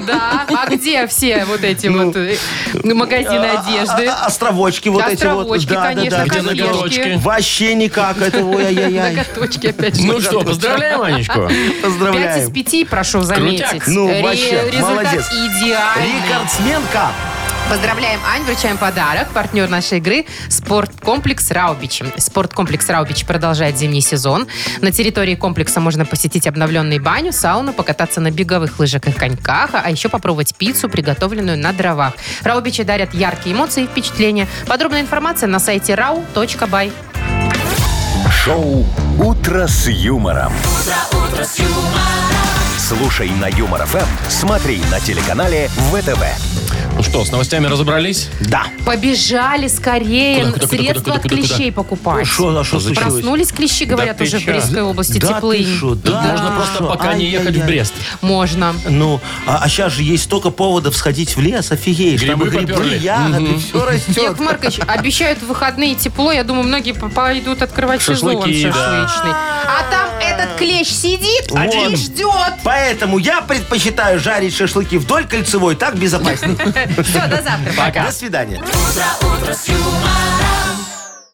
Speaker 3: Да. А где все вот эти
Speaker 4: Ну,
Speaker 3: вот э, магазины
Speaker 4: А,
Speaker 3: одежды?
Speaker 4: а, а, Островочки *laughs* вот эти вот.
Speaker 3: Островочки, конечно,
Speaker 2: Где
Speaker 3: конфетки.
Speaker 2: ноготочки?
Speaker 4: Вообще никак. Это ой яй
Speaker 3: Ноготочки опять же.
Speaker 2: Ну что, поздравляем, Анечку.
Speaker 3: Пять из
Speaker 4: Поздравляем.
Speaker 3: пяти, прошу заметить.
Speaker 2: Крутяк.
Speaker 4: Ну,
Speaker 3: Ре-
Speaker 4: вообще,
Speaker 3: Результат
Speaker 4: молодец.
Speaker 3: идеальный.
Speaker 4: Рекордсменка.
Speaker 3: Поздравляем, Ань, вручаем подарок. Партнер нашей игры – спорткомплекс «Раубич». Спорткомплекс «Раубич» продолжает зимний сезон. На территории комплекса можно посетить обновленную баню, сауну, покататься на беговых лыжах и коньках, а еще попробовать пиццу, приготовленную на дровах. «Раубичи» дарят яркие эмоции и впечатления. Подробная информация на сайте rau.by.
Speaker 1: Шоу «Утро с юмором». Слушай на Юмор ФМ, смотри на телеканале ВТВ.
Speaker 2: Ну что, с новостями разобрались?
Speaker 4: Да.
Speaker 3: Побежали скорее
Speaker 2: Куда, куда, куда,
Speaker 3: средства
Speaker 2: куда, куда,
Speaker 3: от клещей покупать.
Speaker 4: Что, а что случилось?
Speaker 3: Проснулись клещи, говорят,
Speaker 2: ты
Speaker 3: уже в
Speaker 2: чё?
Speaker 3: Брестской области
Speaker 4: Да ты
Speaker 3: теплые.
Speaker 4: шо, да?
Speaker 2: Можно просто
Speaker 4: Хорошо.
Speaker 2: пока не ехать в
Speaker 4: Ай-яй-яй.
Speaker 2: Брест.
Speaker 3: Можно.
Speaker 4: Ну, а, сейчас же есть столько поводов сходить в лес, офигеешь. Там
Speaker 2: Грибы
Speaker 4: и грибы,
Speaker 2: попёрли.
Speaker 4: ягоды, все растет.
Speaker 3: Яков Маркович, обещают в выходные тепло. Я думаю, многие по- пойдут открывать сезон
Speaker 2: Шашлыки,
Speaker 3: шашлычный.
Speaker 2: да.
Speaker 3: А там этот клещ сидит
Speaker 4: Один.
Speaker 3: и ждет.
Speaker 4: Поэтому я предпочитаю жарить шашлыки вдоль кольцевой, так безопаснее.
Speaker 3: Все, до завтра.
Speaker 4: До свидания.
Speaker 5: Утро с юмором.